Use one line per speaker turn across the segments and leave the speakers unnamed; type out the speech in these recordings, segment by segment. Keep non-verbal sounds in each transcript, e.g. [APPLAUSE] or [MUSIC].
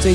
最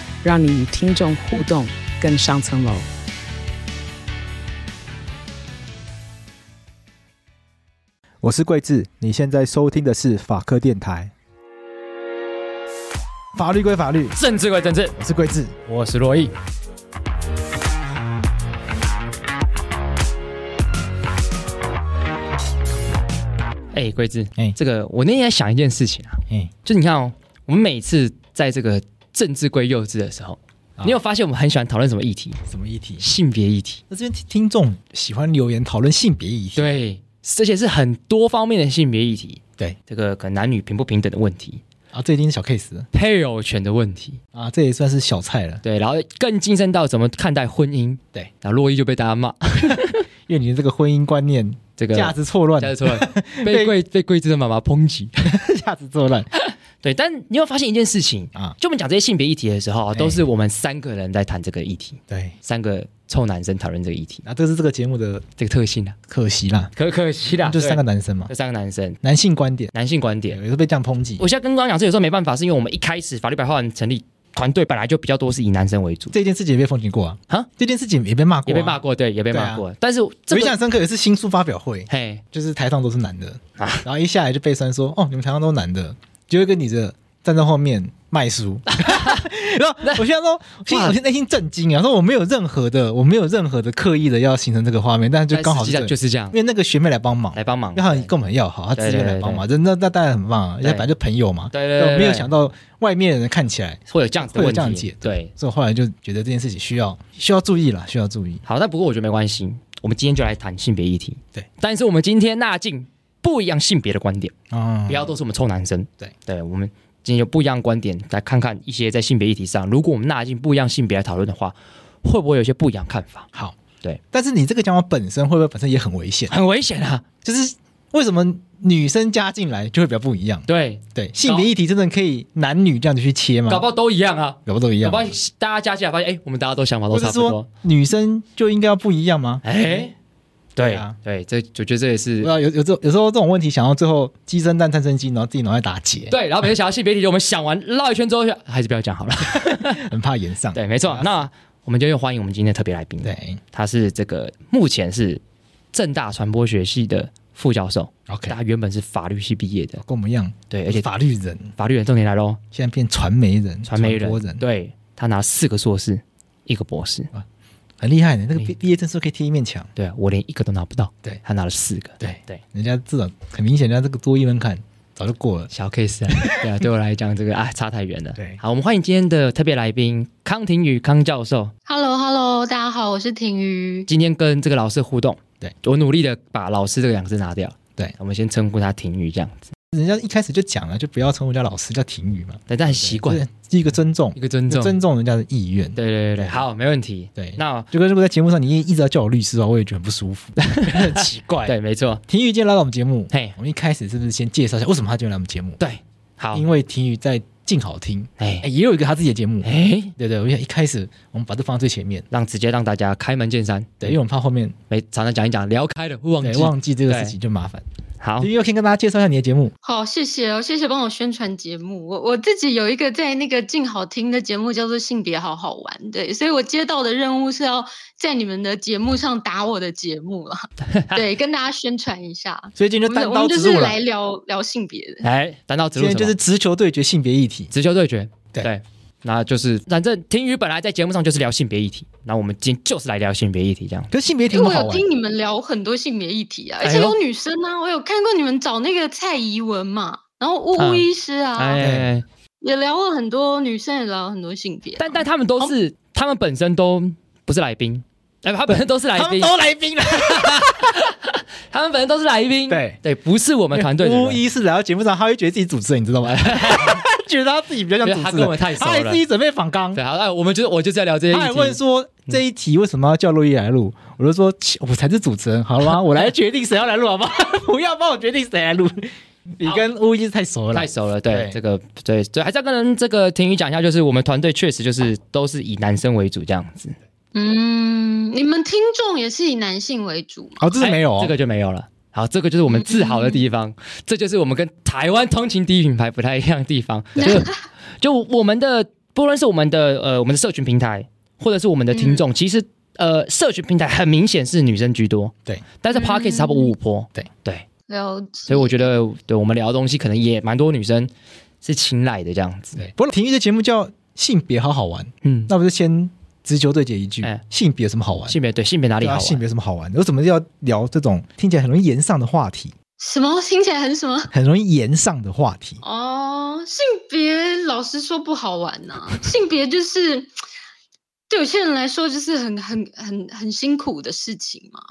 让你与听众互动更上层楼。
我是桂智，你现在收听的是法科电台。法律归法律，
政治归政治，
我是桂智。
我是洛毅。哎、桂枝，哎、
哎
这个我那天在想一件事情啊，
哎，
就你看哦，我们每次在这个政治归幼稚的时候，
啊
你有发现我们很喜欢讨论什么议题？
什么议题？
性别议题，
那这边听听众喜欢留言讨论性别议题。
对，而且是很多方面的性别议题，
对
这个可能男女平不平等的问题，
啊，这已经是小 case 了
配偶权的问题，
啊，这也算是小菜了，
对，然后更晋升到怎么看待婚姻，
对，
然后洛伊就被大家骂，
因为你的这个婚姻观念
这个
啊价值错乱，
加得出 [LAUGHS] 来，被桂被桂枝的妈妈抨击。
价值错乱
对，但你有发现一件事情
啊
啊，就我们讲这些性别议题的时候啊，
哎
都是我们三个人在谈这个议题，
[LAUGHS] 对。
三个臭男生讨论这个议题，
那、这是这个节目的
这个特性啊，
可惜啦，
可可惜啦
就是三个
个，
男生嘛
这，三个男生
男性观点
男性观
也
点。
是被这样抨击，
我现在跟光讲，这有时候没办法，是因为我们一开始法律白话文成立团队本来就比较多是以男生为主，
这件事情也被抨击过啊，
啊，
这件事情也被骂过、啊，
也被骂。过，对，也被骂过。但是这
啊我印象
个
深刻也是新书发表会，
嘿，
就是台上都是男的，
啊
然后一下来就被酸说，哦，你们台上都是男的，就会跟你的站在后面卖
[LAUGHS]
书。然后我现在说，心我现在内心震惊啊，说我没有任何的，我没有任何的刻意的要形成这个画面，但是就刚好
但实
是
际
这样，
上就是这样
因，为那个学妹来帮忙，
来帮忙。
因为她跟我们很要好，她自愿来帮忙，这那那当然很棒啊，人家
对
本来就朋友嘛，
对对
但
对，
我没有
对
想到外面的人看起来，
会有这样子的
会有
问
这样的
题
解，
对。
所以我后来就觉得这件事情需要需要注意啦，需要注意。
好，但不过我觉得没关系，我们今天就来谈性别议题。
对，
但是我们今天纳进不一样性别的观点，
嗯
不要都是我们臭男生。
对，
对我们今天有不一样观点，来看看一些在性别议题上，如果我们纳进不一样性别来讨论的话，会不会有些不一样看法？
好，
对。
但是你这个讲法本身会不会本身也很危险？
很危险啊！
就是为什么女生加进来就会比较不一样？
对，
对，性别议题真的可以男女这样子去切吗？
搞不好都一样啊，
搞不好嗯都一
搞
样
不，好大家加起来发现，哎，我们大家都想法都
或
差
是
不多
说。女生就应该要不一样吗？
哎，对
对啊
对，这我觉得这也是
不知道有有时候有时候这种问题想到最后鸡生蛋蛋生鸡，然后自己脑袋打结，
对。然后每次想到性别议题，我们想完绕一圈之后，就还是不要讲好
[LAUGHS]
了。
很怕延上。
对，没错。那我们就又欢迎我们今天的特别来宾。
啊对
他是这个目前是正大传播学系的副教授，
，OK，
他原本是法律系毕业的，
跟我们一样，
对，而且
法律人
法律人重点来喽，
现在变传媒人、
传媒
传播
人，
人，
对他拿四个硕士，一个博士，
很厉害的。那个毕
对
毕业证书可以贴一面墙，
对啊我连一个都拿不到，
对
他拿了四个，
对
对，
人家至少很明显，人家这个多一门槛早就过了。
小 case 啊， [LAUGHS] 对啊，对我来讲这个啊差太远了，
对
好，我们欢迎今天的特别来宾康廷宇康教授，
h e l l o h e l l o 大家好，我是婷瑜。
今天跟这个老师互动，
对
我努力的把老师这个两个字拿掉，
对
我们先称呼他廷宇这样子，
人家一开始就讲了，就不要称呼人家老师，叫婷宇嘛。
但但很习惯
对，是一个尊重
一，个尊
一个
重，
尊重人家的意愿。
对对对对，好，没问题，
对，
那。
就跟如果在节目上你一直要叫我律师的话，我也觉得很不舒服，很奇怪。
对，，没错，
婷宇今天来到我们节目，
嘿，
我们一开始是不是先介绍一下为什么他今天来我们节目？
对，好，
因为婷宇在静好听，
哎
哎，也有一个他自己的节目。
哎，
对对，我想一开始我们把这放在最前面，
让直接让大家开门见山，
对，因为我们怕后面
没常常讲一讲聊开了会忘
对
记，
忘记这个事情就麻烦。
好
婷，宇，先跟大家介绍一下你的节目。
好，谢谢哦，谢谢帮我宣传节目。我我自己有一个在那个静好听的节目叫做《性别好好玩》，对，所以我接到的任务是要在你们的节目上打我的节目了，对，跟大家宣传
[LAUGHS]
一下。
所以今
我
天就
们
单
哦我
刀
们就
直
是
入了，
来聊聊性别
[LAUGHS]
的。
哎，单刀直
今
入
天
什
就是
么？
直球对决性别议题。
直球对决，
对
对，那就是反正听雨本来在节目上就是聊性别议题，那我们今天就是来聊性别议题，这样
可是性别议题
因为
很
哎我
好
有
玩，
听你们聊很多性别议题啊，而
哎
且
呦
有女生啊，我有看过你们找那个蔡怡文嘛，然后巫
嗯
巫医师啊，
哎，
也聊了很多女生，也聊了很多性别啊、
但但他们都是他们本身都不是来宾，哎，他本身都是来
他们
宾，
都来宾了。
他们本身都是来宾，
对
对，不是我们团队的
巫
人， [LAUGHS]
医是来到节目上，他会觉得自己主持人，你知道吗？觉得他自己比较像主持人，
因为他跟我太熟
他
了
还自己准备访纲
对，，好，哎，我们就我就在聊这些
他还问
议题。嗯
说这一题为什么要叫洛伊来录？我就说切我才是主持人，好
[LAUGHS]
吗？我来决定谁要来录，好不好？ [LAUGHS] 不要帮我决定谁来录。你跟乌一太熟了啦
太，熟了，对
对
这个，对对，还是要跟这个婷宇讲一下，就是我们团队确实就是都是以男生为主这样子，
嗯，你们听众也是以男性为主吗？
哦，这是没有嗯哦
哎这个就没有了。好，这个就是我们自豪的地方，这就是我们跟台湾通勤第一品牌不太一样的地方。就就我们的，不论是我们的呃我们的社群平台，或者是我们的听众，
嗯
其实呃社群平台很明显是女生居多，
对。
但是 p o d c a s t 差不多五五坡，
对
对。
了解。
所以我觉得，对我们聊的东西可能也蛮多女生是青睐的这样子。
对，不过体育的节目叫《性别好好玩》，
嗯，
那不是先直球对决一句
哎，
性别有什么好玩？
性别对性别哪里
对
好
啊，
玩？
性别有什么好玩？为什么要聊这种听起来很容易延上的话题？
什么听起来很什么？
很容易延上的话题，
哦，性别老实说不好玩
[LAUGHS]
呐、性别就是对有些人来说就是很很很很辛苦的事情嘛。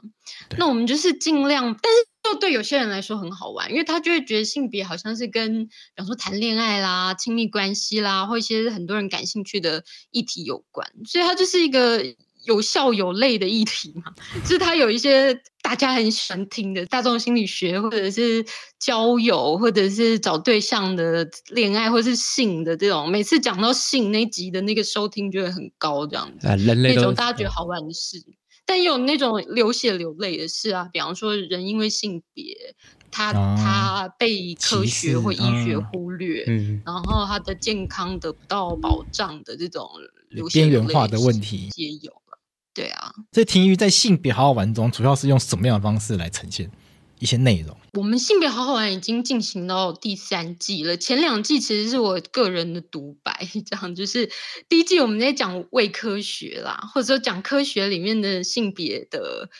那我们就是尽量，但是又对有些人来说很好玩，因为他就会觉得性别好像是跟比方说谈恋爱啦、亲密关系啦，或一些很多人感兴趣的议题有关，所以它就是一个。有笑有泪的议题嘛，就是它有一些大家很喜欢听的大众心理学，或者是交友，或者是找对象的恋爱，或是性的这种。每次讲到性那一集的那个收听就会很高，这样子。
哎
呃，人类都
那种大家觉得好玩的事，但也有那种流血流泪的事啊，比方说人因为性别，他、
哦
他被科
歧视
学或医学
嗯
忽略，
嗯，
然后他的健康得不到保障的这种流血
边
流
缘
泪
化的问
事
题。
也有了。对啊，
这体育在性别好好玩中，主要是用什么样的方式来呈现一些内容？
我们性别好好玩已经进行到第三季了，前两季其实是我个人的独白，这样就是第一季我们在讲伪科学啦，或者说讲科学里面的性别的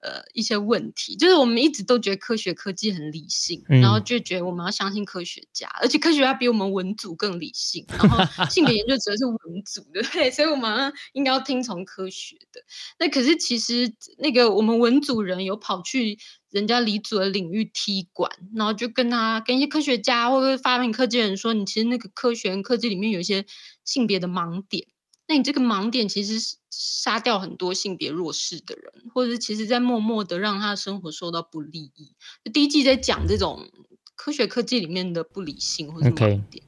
呃一些问题，就是我们一直都觉得科学科技很理性，然后
嗯
就觉得我们要相信科学家，而且科学家比我们文组更理性，然后性别研究者是文组，对不对？所以我们好像应该要听从科学的。那可是其实那个我们文组人有跑去人家理组的领域踢馆，然后就跟他跟一些科学家或者发明科技人说，你其实那个科学跟科技里面有一些性别的盲点。那你这个盲点其实是杀掉很多性别弱势的人，或者是其实在默默的让他的生活受到不利益。第一季在讲这种科学科技里面的不理性或者
OK
盲点。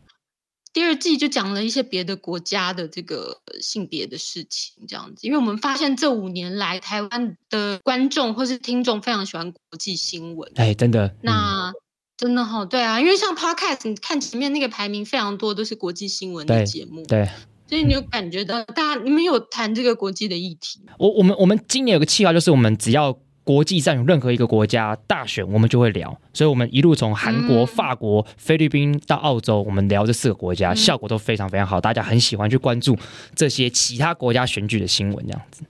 第二季就讲了一些别的国家的这个呃性别的事情，这样子，因为我们发现这五年来台湾的观众或是听众非常喜欢国际新闻，
哎，真的，嗯、
那真的哈、对啊，因为像 Podcast，你看前面那个排名非常多都是国际新闻的
对
节目，
对
所以你有感觉到大家你们有谈这个国际的议题吗？
我我们我们今年有个计划，就是我们只要国际上有任何一个国家大选，我们就会聊，所以我们一路从韩国、
嗯
法国、菲律宾到澳洲，我们聊这四个国家，
嗯
效果都非常非常好，大家很喜欢去关注这些其他国家选举的新闻这样子。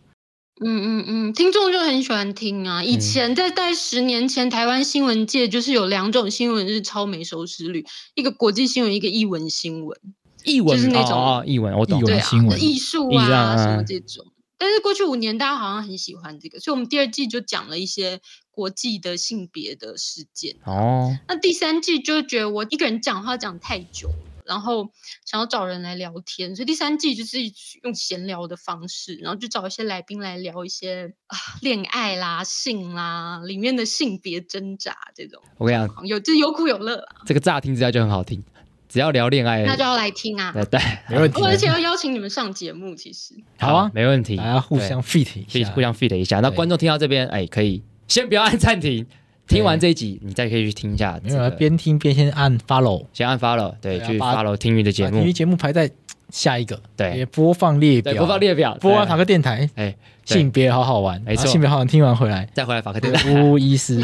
嗯嗯嗯，听众就很喜欢听啊。以
嗯
前在在十年前，台湾新闻界就是有两种新闻是超没收视率，一个国际新闻，一个译文新闻。
译文
就是那种
哦哦译文，我懂
译文
对
对
啊
新，
那
闻
艺术
艺术
啊
啊
什么这种。但是过去五年，大家好像很喜欢这个，所以我们第二季就讲了一些国际的性别的事件。
哦，
那第三季就觉得我一个人讲话讲太久了，然后想要找人来聊天，所以第三季就是用闲聊的方式，然后就找一些来宾来聊一些啊恋爱啦、性啦里面的性别挣扎这种，
我跟你讲，
有就是有苦有乐啊，
这个乍听之下就很好听，只要聊恋爱，
那就要来听啊。
[LAUGHS] 对对，
没问题
我，而且要邀请你们上节目，其实
好啊
没问题，
大家互相 fit 一
对
下，
互相 feed 一下。那
对
观众听到这边，哎，可以先不要按暂停，听完这一集，你再可以去听一下
没
这
有啊，
个。
边听边先按 follow，
先按 follow，对，
对啊
去
把
follow 听鱼的节
把体
目
育，节目排在下一个，
对
也播放列表，
对，播放列表，
播啊完
对
法克电台，
哎，对
性别好好玩，啊
没错
然后性别好玩，听完回
[LAUGHS]
来。
再回来法克
对
电台，
呜呜医师，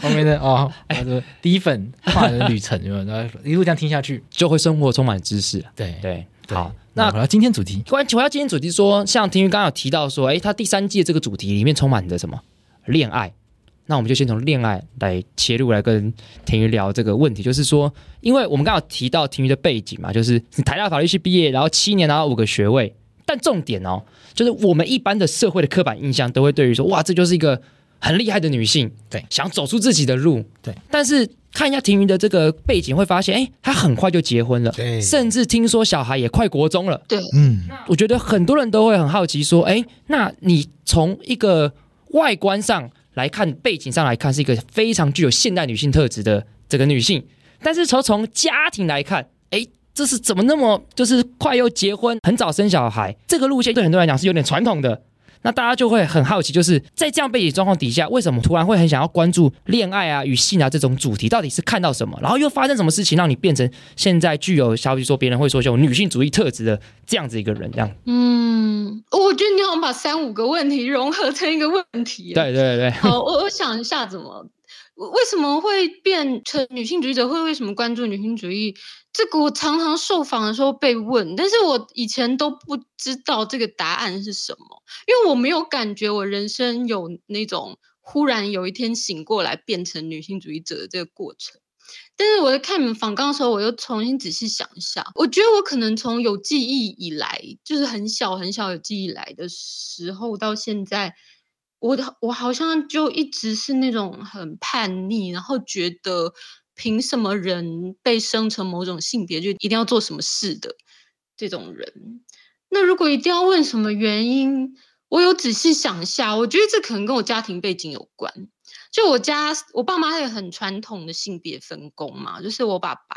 后面的
[LAUGHS]
哦，他说第一份跨人旅程，有没有然后一路这样听下去，
就会生活充满知识。啊
对
对，
对
好，
那
那
回到今天主题，
关于回到今天主题说，像听鱼刚刚有提到说，哎，他第三季的这个主题里面充满着什么？恋爱。那我们就先从恋爱来切入，来跟婷瑜聊这个问题，就是说，因为我们刚刚有提到婷瑜的背景嘛，就是你台大法律系毕业，然后七年拿到五个学位，但重点哦，就是我们一般的社会的刻板印象都会对于说，哇，这就是一个很厉害的女性，
对
想走出自己的路，
对。
但是看一下婷瑜的这个背景，会发现，哎，她很快就结婚了
对，
甚至听说小孩也快国中了。
对，
嗯，
我觉得很多人都会很好奇，说，哎，那你从一个外观上来看，背景上来看，是一个非常具有现代女性特质的这个女性，但是从从家庭来看，哎，这是怎么那么就是快又结婚，很早生小孩，这个路线对很多人来讲是有点传统的。那大家就会很好奇，就是在这样背景状况底下，为什么突然会很想要关注恋爱啊、与性啊这种主题？到底是看到什么，然后又发生什么事情，让你变成现在具有，小比说别人会说有女性主义特质的这样子一个人？这样，
嗯，我觉得你好像把三五个问题融合成一个问题。，
对对对，
好，我我想一下怎么。我为什么会变成女性主义者？会为什么关注女性主义？这个我常常受访的时候被问，但是我以前都不知道这个答案是什么，因为我没有感觉我人生有那种忽然有一天醒过来变成女性主义者的这个过程。但是我在看你们访纲的时候，我又重新仔细想一下，我觉得我可能从有记忆以来，就是很小很小有记忆以来的时候到现在，我的我好像就一直是那种很叛逆，然后觉得凭什么人被生成某种性别就一定要做什么事的这种人。那如果一定要问什么原因，我有仔细想一下，我觉得这可能跟我家庭背景有关。就我家，我爸妈也很传统的性别分工嘛，就是我爸爸，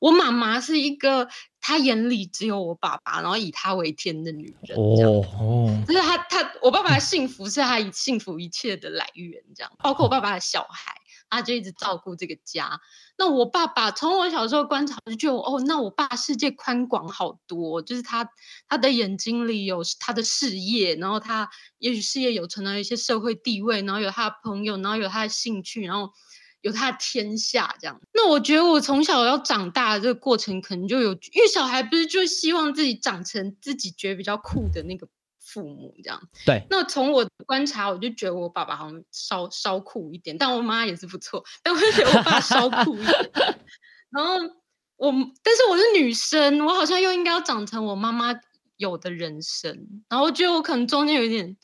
我妈妈是一个她眼里只有我爸爸，然后以他为天的女人。这样。
哦，
就是他他我爸爸的幸福是他以幸福一切的来源，这样包括我爸爸的小孩，他就一直照顾这个家。那我爸爸从我小时候观察就觉得我哦，那我爸世界宽广好多，就是他他的眼睛里有他的事业，然后他也许事业有成了一些社会地位，然后有他的朋友，然后有他的兴趣，然后。有他的天下这样，那我觉得我从小要长大的这个过程，可能就有，因为小孩不是就希望自己长成自己觉得比较酷的那个父母这样。
对，
那从我的观察，我就觉得我爸爸好像稍稍酷一点，但我妈也是不错，但我就觉得我爸稍酷一点。然后我，但是我是女生，我好像又应该要长成我妈妈有的人生。然后我觉得我可能中间有一点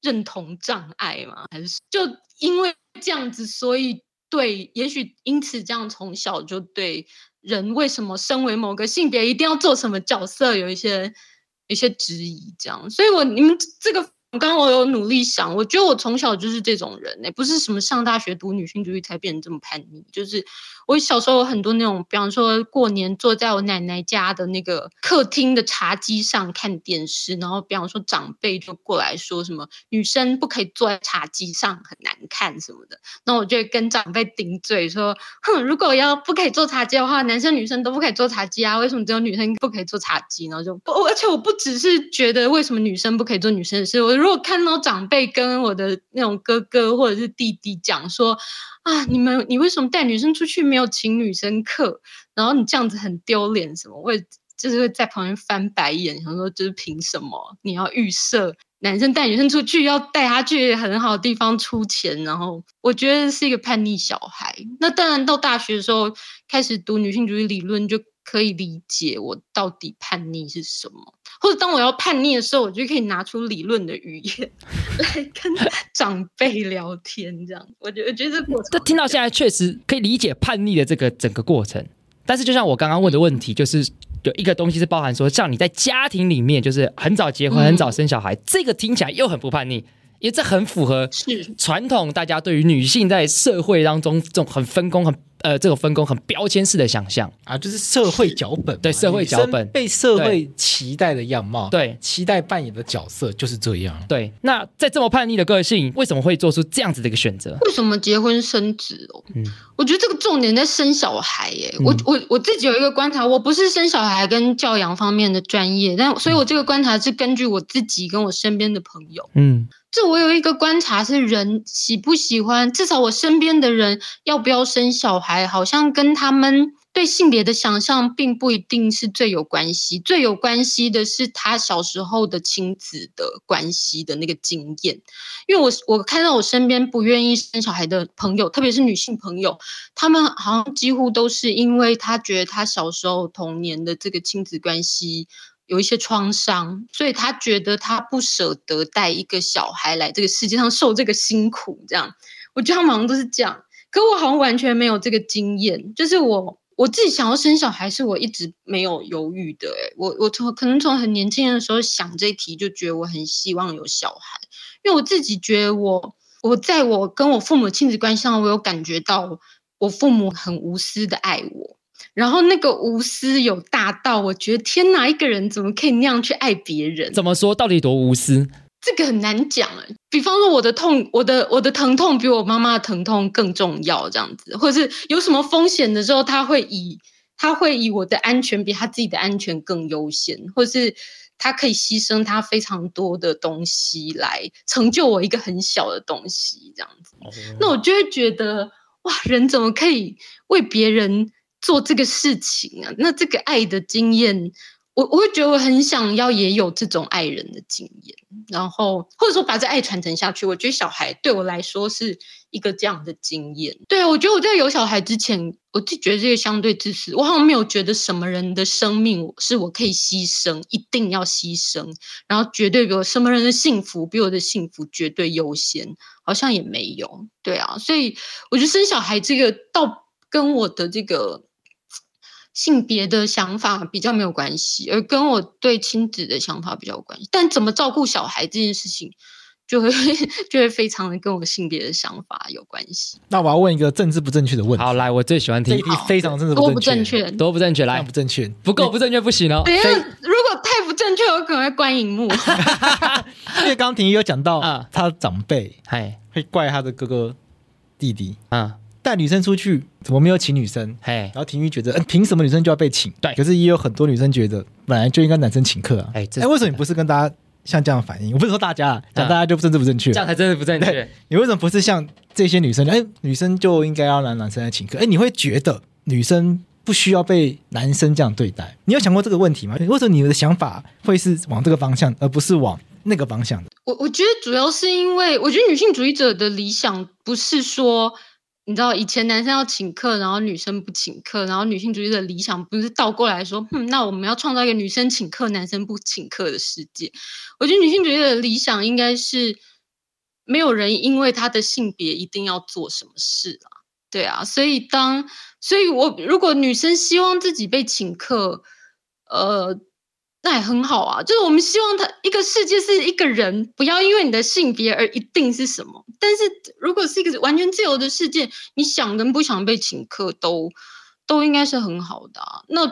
认同障碍嘛，还是就因为这样子，所以对，也许因此这样从小就对人为什么身为某个性别一定要做什么角色有一些一些质疑，这样。所以我你们这个。刚刚我有努力想，我觉得我从小就是这种人欸呢、不是什么上大学读女性主义才变成这么叛逆，就是我小时候有很多那种，比方说过年坐在我奶奶家的那个客厅的茶几上看电视，然后比方说长辈就过来说什么女生不可以坐在茶几上，很难看什么的，那我就会跟长辈顶嘴说，哼，如果要不可以坐茶几的话，男生女生都不可以坐茶几啊，为什么只有女生不可以坐茶几？然后就不，我而且我不只是觉得为什么女生不可以做女生的事，我如果看到长辈跟我的那种哥哥或者是弟弟讲说，啊，你们你为什么带女生出去没有请女生课？然后你这样子很丢脸什么？我也就是会在旁边翻白眼，想说就是凭什么你要预设男生带女生出去要带她去很好的地方出钱？然后我觉得是一个叛逆小孩。那当然到大学的时候开始读女性主义理论就。可以理解我到底叛逆是什么，或者当我要叛逆的时候，我就可以拿出理论的语言 [LAUGHS] 来跟长辈聊天，这样。我觉得，我觉得这过程
这听到现在确实可以理解叛逆的这个整个过程，但是就像我刚刚问的问题，就是有一个东西是包含说，像你在家庭里面就是很早结婚、
嗯
很早生小孩，这个听起来又很不叛逆，因为这很符合
是
传统大家对于女性在社会当中这种很分工、很呃这种分工很标签式的想象。
啊，就是社会脚本嘛，
对社会脚本
女生被社会期待的样貌，
对
期待扮演的角色就是这样。
对，那在这么叛逆的个性，为什么会做出这样子的一个选择？
为什么结婚生子哦？
嗯
我觉得这个重点在生小孩耶、我我我自己有一个观察，我不是生小孩跟教养方面的专业，但所以我这个观察是根据我自己跟我身边的朋友。
嗯，
这我有一个观察是，人喜不喜欢，至少我身边的人要不要生小孩，好像跟他们对性别的想象并不一定是最有关系。最有关系的是他小时候的亲子的关系的那个经验。因为我我看到我身边不愿意生小孩的朋友，特别是女性朋友，她们好像几乎都是因为她觉得她小时候童年的这个亲子关系，有一些创伤，所以他觉得他不舍得带一个小孩来这个世界上受这个辛苦，这样。我觉得他们好像都是这样。可我好像完全没有这个经验，就是我我自己想要生小孩是我一直没有犹豫的、欸。我我从可能从很年轻的时候想这一题，就觉得我很希望有小孩，因为我自己觉得我我在我跟我父母亲子关系上，我有感觉到我父母很无私的爱我。然后那个无私有大到，我觉得天哪，一个人怎么可以那样去爱别人？
怎么说？到底多无私？
这个很难讲哎、比方说我的痛，我的我的疼痛比我妈妈的疼痛更重要，这样子，或者是有什么风险的时候，他会以他会以我的安全比他自己的安全更优先，或是他可以牺牲他非常多的东西来成就我一个很小的东西，这样子。那我就会觉得，哇，人怎么可以为别人做这个事情啊？那这个爱的经验，我我会觉得我很想要也有这种爱人的经验，然后或者说把这爱传承下去。我觉得小孩对我来说是一个这样的经验。对，我觉得我在有小孩之前，我自己觉得这个相对自私，我好像没有觉得什么人的生命是我可以牺牲，一定要牺牲，然后绝对比我什么人的幸福比我的幸福绝对优先，好像也没有。对啊，所以我觉得生小孩这个倒跟我的这个性别的想法比较没有关系，而跟我对亲子的想法比较有关系。但怎么照顾小孩这件事情，就会 [LAUGHS] 就会非常的跟我性别的想法有关系。
那我要问一个政治不正确的问题，
好，来，我最喜欢
这
听
一题非常政治
哦多不
正
正，确，
多不正确，
非常
来
不，正确，
不够不正确不行哦。
等一下，如果太不正确，我可能会关荧幕。
因为刚刚婷宜有讲到
啊，
他长辈
嗨，
会怪他的哥哥弟弟
嗯，
带女生出去，怎么没有请女生？
嘿
然，后婷玉觉得，呃凭什么女生就要被请？
对
可是也有很多女生觉得，本来就应该男生请客啊。
哎这
为什么你不是跟大家像这样反应？我不是说大家啊，讲
嗯
大家就政治不正确啊
这。样才真的不正确
对。你为什么不是像这些女生？哎，女生就应该要让男生来请客？哎，你会觉得女生不需要被男生这样对待？你有想过这个问题吗？为什么你的想法会是往这个方向，而不是往那个方向的？
我我觉得主要是因为，我觉得女性主义者的理想不是说，你知道以前男生要请客，然后女生不请客，然后女性主义者的理想不是倒过来说，嗯，那我们要创造一个女生请客、男生不请客的世界。我觉得女性主义者的理想应该是，没有人因为他的性别一定要做什么事啊，对啊，所以当，所以我如果女生希望自己被请客，呃，那也很好啊。就是我们希望他一个世界是一个人，不要因为你的性别而一定是什么。但是如果是一个完全自由的世界，你想跟不想被请客都都应该是很好的、啊。那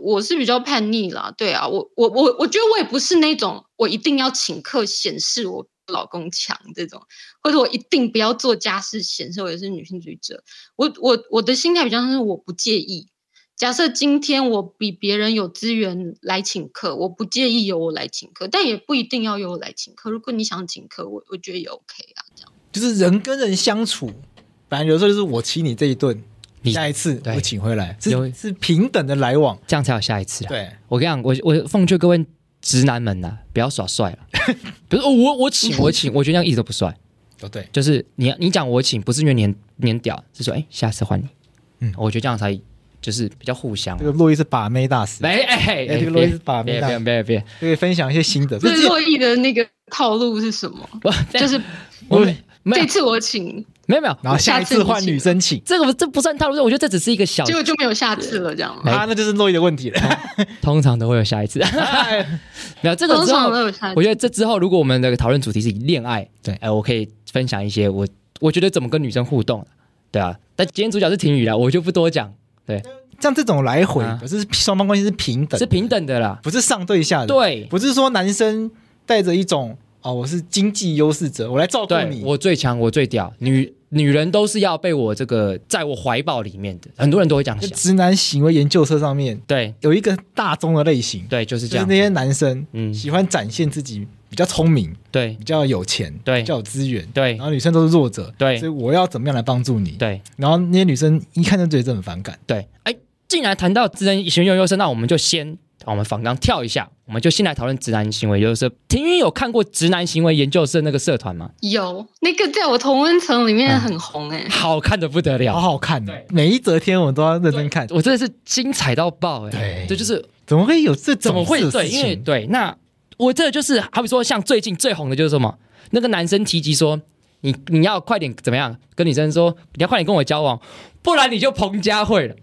我是比较叛逆啦，对啊，我我我我觉得我也不是那种我一定要请客显示我老公强这种，或者我一定不要做家事显示我也是女性主义者。我我我的心态比较像是我不介意，假设今天我比别人有资源来请客，我不介意由我来请客，但也不一定要由我来请客。如果你想请客，我我觉得也 OK 啊，这样。
就是人跟人相处，本来有时候就是我请你这一顿，
你
下一次
对
我请回来，
有
是是平等的来往。
这样才有下一次啊！
对，
我跟你讲，我我奉劝各位直男们呐、啊不要耍帅了。不是、哦、我我请我请，我觉得这样一直都不帅。
都对，
就是你你讲我请，不是因为你很你很屌，是说哎、下次换你。嗯
嗯，
我觉得这样才就是比较互相啊
这。个洛伊是把妹大师，
哎哎哎，
这个
别
洛伊是把妹
别
大
别
师，
别别，
可以分享一些心得。
所以
这
洛伊的那个套路是什么？
我
就是
我
我
没没
这
有
次我请，
没有没有，
然后下一次换女生请，
这个这不算套路，我觉得这只是一个小
结，果就没有下次了，这样吗？
啊，那就是洛伊的问题了。
[LAUGHS]
[LAUGHS]
通常都会有下一次。 [LAUGHS] 哎没有这个
通
之
常
后
都，有下
我
次。
觉得这之后，如果我们的讨论主题是以恋爱，
对
哎、我可以分享一些我我觉得怎么跟女生互动，对啊。但今天主角是婷宇啦，我就不多讲，
像这种来回
啊，
可是双方关系是平等，
是平，等的啦。
不是上对下的。，
对，
不是说男生带着一种哦，我是经济优势者，我来照顾
对
你。
我最强，我最屌，女女人都是要被我这个在我怀抱里面的，很多人都会这样
就
想。
直男行为研究社上面
对
有一个大宗的类型，
对，就是
就是
这样
那。些男生
嗯，
喜欢展现自己比较聪明、
对
比较有钱、
对
比较有资源，
对
然后女生都是弱者，
对
所以我要怎么样来帮助你？，
对
然后那些女生一看就觉得很反感。
对，哎，既然谈到直男行为优势，那我们就先我们反刚跳一下，我们就先来讨论直男行为优势。婷宇有看过直男行为研究社那个社团吗？
有那个在我同温层里面
嗯
很红哎、
好看的不得了
好，好看哦，每一则天文都要认真看，
我真的是精彩到爆哎、
对
这就是
怎么会有这种
怎么会
事
对？
情
因为对，那我这就是好比说，像最近最红的就是什么，那个男生提及说，你你要快点怎么样跟女生说，你要快点跟我交往，不然你就彭佳慧
[LAUGHS]
了。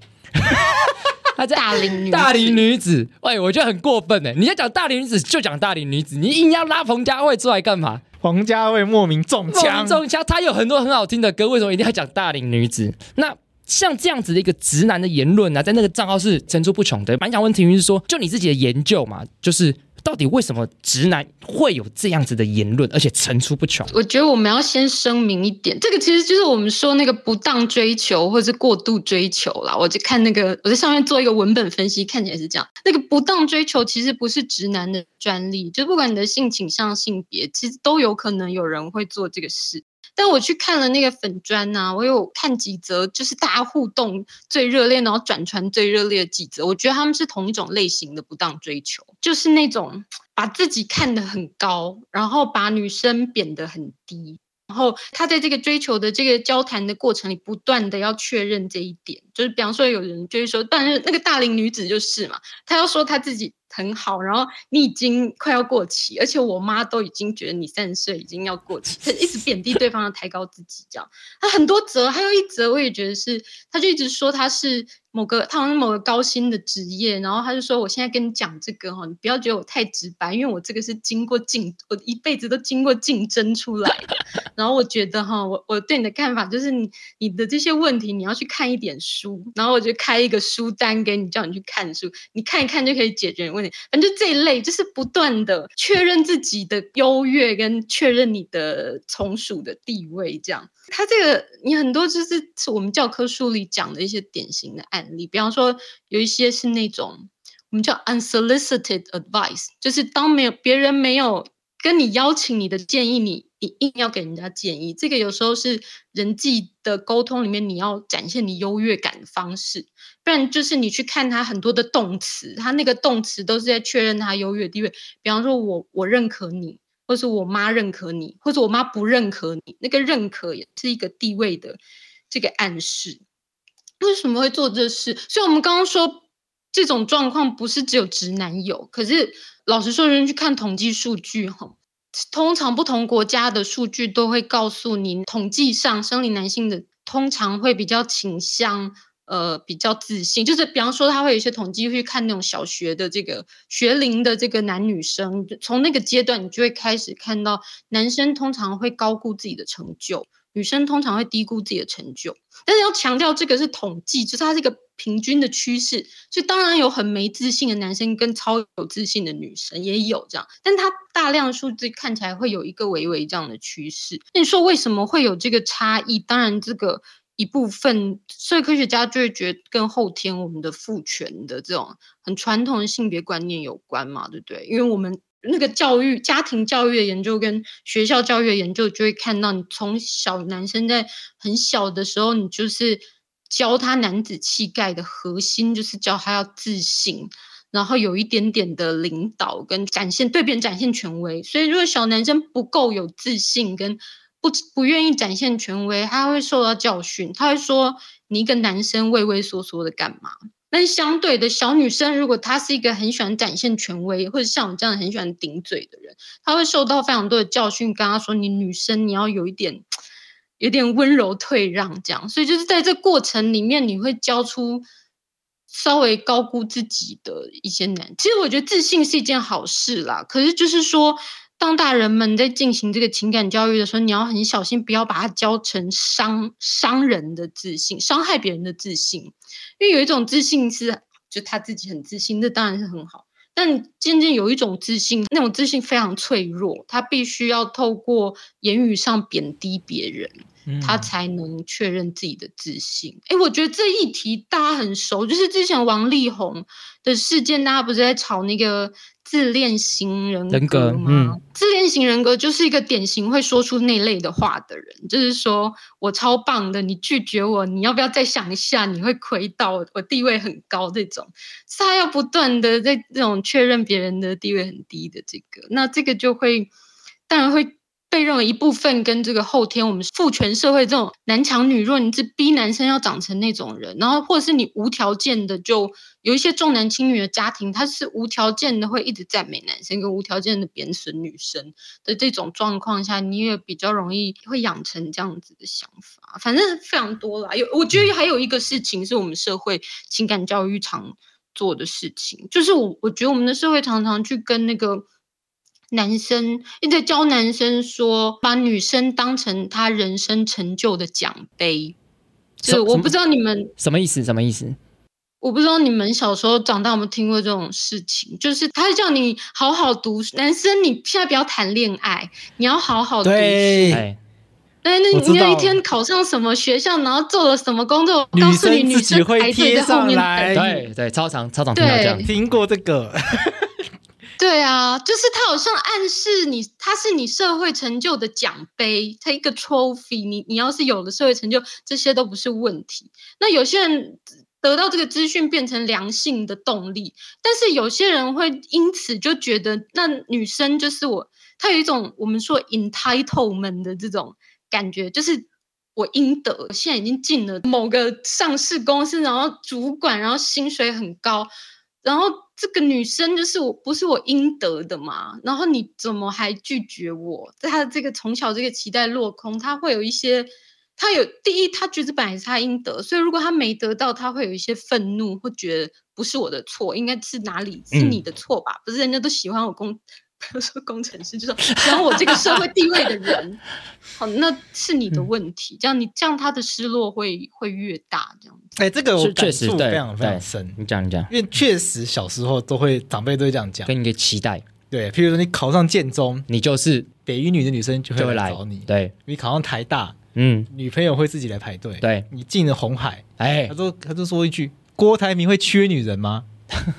他在
大龄女
大龄
女
女子，喂，我觉得很过分哎！你要讲大龄女子就讲大龄女子，你硬要拉彭佳慧出来干嘛？
黄家卫莫名中枪
梦，中枪，他有很多很好听的歌，为什么一定要讲大龄女子？那像这样子的一个直男的言论呢、啊，在那个账号是层出不穷的。蛮想问婷云是说，就你自己的研究嘛，就是到底为什么直男会有这样子的言论，而且层出不穷？
我觉得我们要先声明一点，这个其实就是我们说那个不当追求或者是过度追求啦。我就看那个，我在上面做一个文本分析，看起来是这样。那个不当追求其实不是直男的专利，就不管你的性倾向、性别，其实都有可能有人会做这个事。但我去看了那个粉砖呐、我有看几则，就是大家互动最热烈，然后转传最热烈的几则，我觉得他们是同一种类型的不当追求，就是那种把自己看得很高，然后把女生贬得很低。然后他在这个追求的这个交谈的过程里，不断的要确认这一点，就是比方说有人就是说，但是那个大龄女子就是嘛，她要说她自己很好，然后你已经快要过期，而且我妈都已经觉得你三十岁已经要过期，她一直贬低对方，要抬高自己这样。她很多则，还有一则我也觉得是，她就一直说她是某个，她好像某个高薪的职业，然后她就说我现在跟你讲这个哈，你不要觉得我太直白，因为我这个是经过竞，我一辈子都经过竞争出来的。然后我觉得哈，我我对你的看法就是你你的这些问题你要去看一点书，然后我就开一个书单给你，叫你去看书，你看一看就可以解决你的问题。反正就这一类就是不断的确认自己的优越跟确认你的从属的地位，这样。他这个你很多就是是我们教科书里讲的一些典型的案例，比方说有一些是那种我们叫 unsolicited advice，就是当没有别人没有跟你邀请你的建议，你你硬要给人家建议，这个有时候是人际的沟通里面你要展现你优越感的方式，不然就是你去看他很多的动词，他那个动词都是在确认他优越地位，比方说我我认可你，或是我妈认可你，或者我妈不认可你，那个认可也是一个地位的这个暗示。为什么会做这事？所以我们刚刚说这种状况不是只有直男有，可是老实说，人去看统计数据哈，通常不同国家的数据都会告诉你，统计上生理男性的通常会比较倾向。呃，比较自信，就是比方说，他会有一些统计会去看那种小学的这个学龄的这个男女生，从那个阶段你就会开始看到，男生通常会高估自己的成就，女生通常会低估自己的成就。但是要强调，这个是统计，就是它是一个平均的趋势，所以当然有很没自信的男生跟超有自信的女生也有这样，但它大量数字看起来会有一个微微这样的趋势。那你说为什么会有这个差异？当然，这个一部分社会科学家就会觉得跟后天我们的父权的这种很传统的性别观念有关嘛，对不对？因为我们那个教育、家庭教育的研究跟学校教育的研究，就会看到你从小男生在很小的时候，你就是教他男子气概的核心，就是教他要自信，然后有一点点的领导跟展现对别人展现权威。所以，如果小男生不够有自信跟不不愿意展现权威，他会受到教训，他会说你一个男生畏畏缩缩的干嘛？但是相对的，小女生如果她是一个很喜欢展现权威，或者像我这样很喜欢顶嘴的人，她会受到非常多的教训，跟她说你女生你要有一点，有点温柔退让这样。所以就是在这过程里面，你会教出稍微高估自己的一些难。其实我觉得自信是一件好事啦，可是就是说。当大人们在进行这个情感教育的时候，你要很小心，不要把它教成伤伤人的自信，伤害别人的自信。因为有一种自信是，就他自己很自信，那当然是很好。但渐渐有一种自信，那种自信非常脆弱，他必须要透过言语上贬低别人，
嗯
他才能确认自己的自信。哎、我觉得这一题大家很熟，就是之前王力宏的事件，大家不是在吵那个自恋型人
人格
格吗？
嗯
自恋型人格就是一个典型会说出那类的话的人，就是说我超棒的，你拒绝我，你要不要再想一下？你会亏到我，我地位很高这种。是他要不断的在这种确认别人的地位很低的这个，那这个就会当然会被认为一部分跟这个后天我们父权社会这种男强女弱，你是逼男生要长成那种人，然后或者是你无条件的就有一些重男轻女的家庭，他是无条件的会一直赞美男生，跟无条件的贬损女生的这种状况下，你也比较容易会养成这样子的想法。反正非常多啦，有我觉
嗯
得还有一个事情是我们社会情感教育常做的事情，就是我我觉得我们的社会常常去跟那个。男生一直教男生说，把女生当成他人生成就的奖杯。
什
就是我不知道你们，
什么意思？什么意思？
我不知道你们小时候长大有没有听过这种事情，就是他叫你好好读书，男生你现在不要谈恋爱，你要好好读书。
对，
哎，
哎，那
我知
你那一
道
天考上什么学校，然后做了什么工作，我告诉
女
你，女
生自己
生
会
排队
贴
在后
上
面
来
等。
对对，超长超长听到这样
哎对，
听过这个，
对啊，就是他好像暗示你，他是你社会成就的奖杯，他一个 trophy 你。你要是有了社会成就，这些都不是问题。那有些人得到这个资讯变成良性的动力，但是有些人会因此就觉得，那女生就是我，她有一种我们说 entitlement 的这种感觉，就是我应得。现在已经进了某个上市公司，然后主管，然后薪水很高，然后这个女生就是我不是我应得的嘛，然后你怎么还拒绝我？她的这个从小这个期待落空，她会有一些。她有第一，她觉得本来是她应得，所以如果她没得到，她会有一些愤怒，会觉得不是我的错，应该是哪里是
嗯
你的错吧？不是人家都喜欢我工， [LAUGHS] 不要说工程师，就是喜欢我这个社会地位的人，好，那是你
嗯
的问题。这样你这样他的失落会会越大，这样子。
哎，这个我
是
感
确实
触
对
非常非
对
常深，
你讲你讲，
因为确实小时候都会长辈都会这样讲
给，你一个期待，
对，譬如说你考上建中，
你就是
北一女的女生就
就
会
会
来
来
找你，
对，
你考上台大，
嗯，
女朋友会自己来排队，
对，
你进了红海，
哎
他都他就说一句：“郭台铭会缺女人
[LAUGHS]
吗？”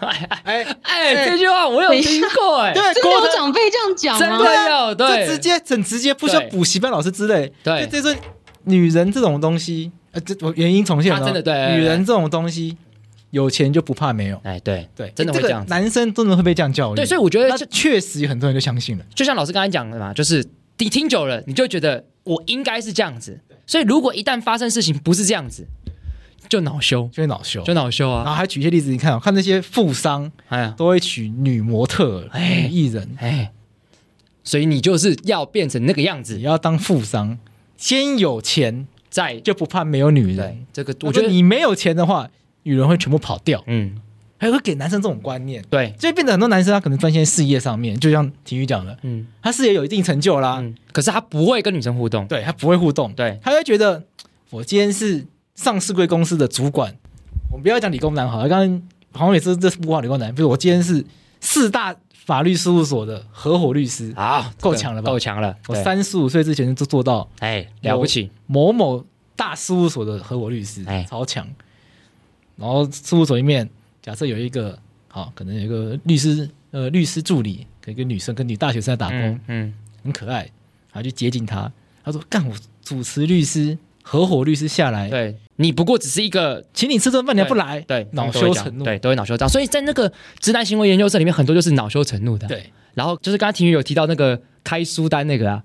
哎，
哎，这句话我有听过哎，
对，啊
真的
郭
有
台
长辈这样讲
真
吗？
的有
这
对，
直接很直接，不需要
对
补习班老师之类。
对
这就是女人这种东西，呃，这我原因重现了哦
啊真的对对对
女人这种东西，有钱就不怕没有。
哎对
对，
真的会
个
这样子
男生真的会被这样教育。
对，所以我觉得
那
就
确实很多人就相信了。
就像老师刚才讲的嘛，就是你听久了，你就会觉得我应该是这样子，所以如果一旦发生事情不是这样子，就恼羞，
就会恼羞。
就恼羞
然
啊，
后还举一些例子，你看、哦，看那些富商
哎呀，
都会娶女模特儿、
哎
女艺人，
哎，所以你就是要变成那个样
你
子，
要当富商，先有钱
在
就不怕没有女
对
人。
这个，我
我
觉
觉得
得
你没有钱的话，女人会全部跑掉，
嗯，
还会给男生这种观念，
对，
所以变得很多男生他可能专心在事业上面，就像体育讲的，
嗯
他事业有一定成就啦，
嗯，可是他不会跟女生互动，
对他不会互动，
对
他会觉得我今天是上市贵公司的主管，我们不要讲理工男好了，刚刚好像也是这是不好理工男，比如我今天是四大法律事务所的合伙律师，
好，
够强了吧
够强了，
我
啊对，
三十五岁之前就做到
哎，了不起，
某某大事务所的合伙律师，
哎
超强。然后事务所里面，假设有一个好，可能有一个律师，呃，律师助理，跟一个女生跟女大学生在打工，
嗯嗯，
很可爱，然后就接近他，他说：“干，我主持律师，合伙律师下来，
对你不过只是一个
请你吃顿饭，你还不来，
对他
恼
们都会
羞
讲
成怒，
对，都会恼羞这样。所以在那个直男行为研究社里面，很多就是恼羞成怒的。，啊
对，
然后就是刚刚婷宇有提到那个开书单那个啊，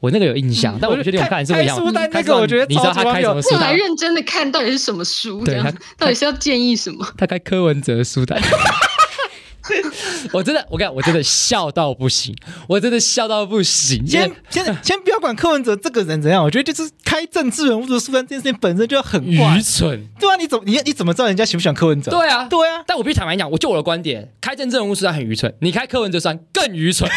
我那个有印象，
嗯
但我不确定我看的是不一样。
开开书单
开
那个我觉得
你知道
超
他
级
开什么
荒
书
后来
单？
认真的看到底是什么书，这
对
样
他
到底是要建议什么？
他开柯文哲书单。 [LAUGHS] 我真的，我跟你讲，我真的笑到不行，我真的笑到不行。因为
先先先不要管柯文哲这个人怎样，我觉得就是开政治人物的书单这件事情本身就很怪
愚，蠢，
对啊，你怎么你你怎么知道人家喜不喜欢柯文哲？
对啊，
对啊，
但我必须坦白讲，我就我的观点，开政治人物虽然很愚蠢，你开柯文哲算更愚蠢，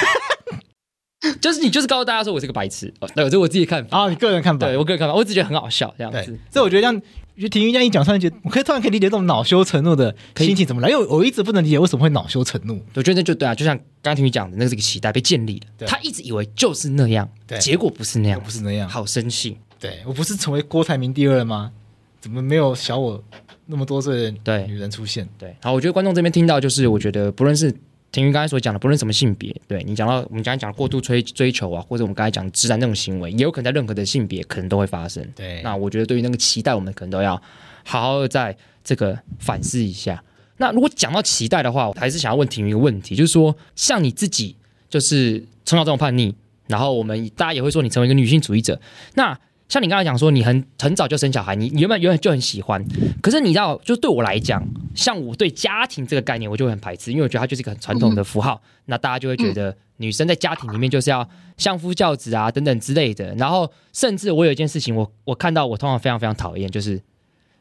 [LAUGHS] 就是你就是告诉大家说我是个白痴，哦对，这是我自己的看法。
啊，你个人看法，
对我个人看法，我只觉得很好笑这样
对
子。，
所以我觉得这样，就婷玉这样一讲，突然觉得我可以突然可以理解这种恼羞成怒的
可以
心情怎么来，因为我一直不能理解为什么会恼羞成怒。
我觉得那就对啊，就像刚刚听你讲的，那是个期待被建立
对
了，他一直以为就是那样
对，
结果不是那样
我，不是那样，
好生气。
对我不是成为郭台铭第二了吗？怎么没有小我那么多岁的
对
女人出现？
对，好，我觉得观众这边听到就是，我觉得不论是婷云刚才所讲的，不论什么性别，对你讲到我们刚才讲过度追追求啊，或者我们刚才讲直男那种行为，也有可能在任何的性别可能都会发生。
对
那我觉得对于那个期待，我们可能都要好好的在这个反思一下。那如果讲到期待的话，我还是想要问婷云一个问题，就是说，像你自己就是从小这种叛逆，然后我们大家也会说你成为一个女性主义者。那像你刚才讲说，你很很早就生小孩，你原本原本就很喜欢，可是你知道，就对我来讲，像我对家庭这个概念，我就会很排斥，因为我觉得它就是一个很传统的符号。那大家就会觉得女生在家庭里面就是要相夫教子啊等等之类的。然后，甚至我有一件事情我，我看到我通常非常非常讨厌，就是，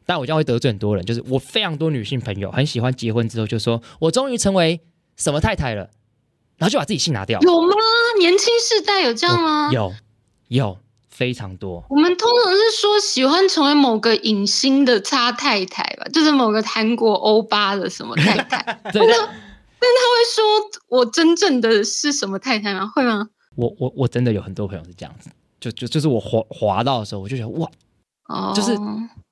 但我这样会得罪很多人，就是我非常多女性朋友很喜欢结婚之后就说我终于成为什么太太了，然后就把自己姓拿掉。
有吗？年轻世代有这样吗？
哦有有非常
[LAUGHS]
多，
我们通常是说喜欢成为某个影星的差太太吧，就是某个韩国欧巴的什么太
[LAUGHS]
太。但
对，但
他会说我真正的是什么太太吗？会吗？
我我我真的有很多朋友是这样子，就就就是我滑滑到的时候，我就觉得哇，
哦，
就是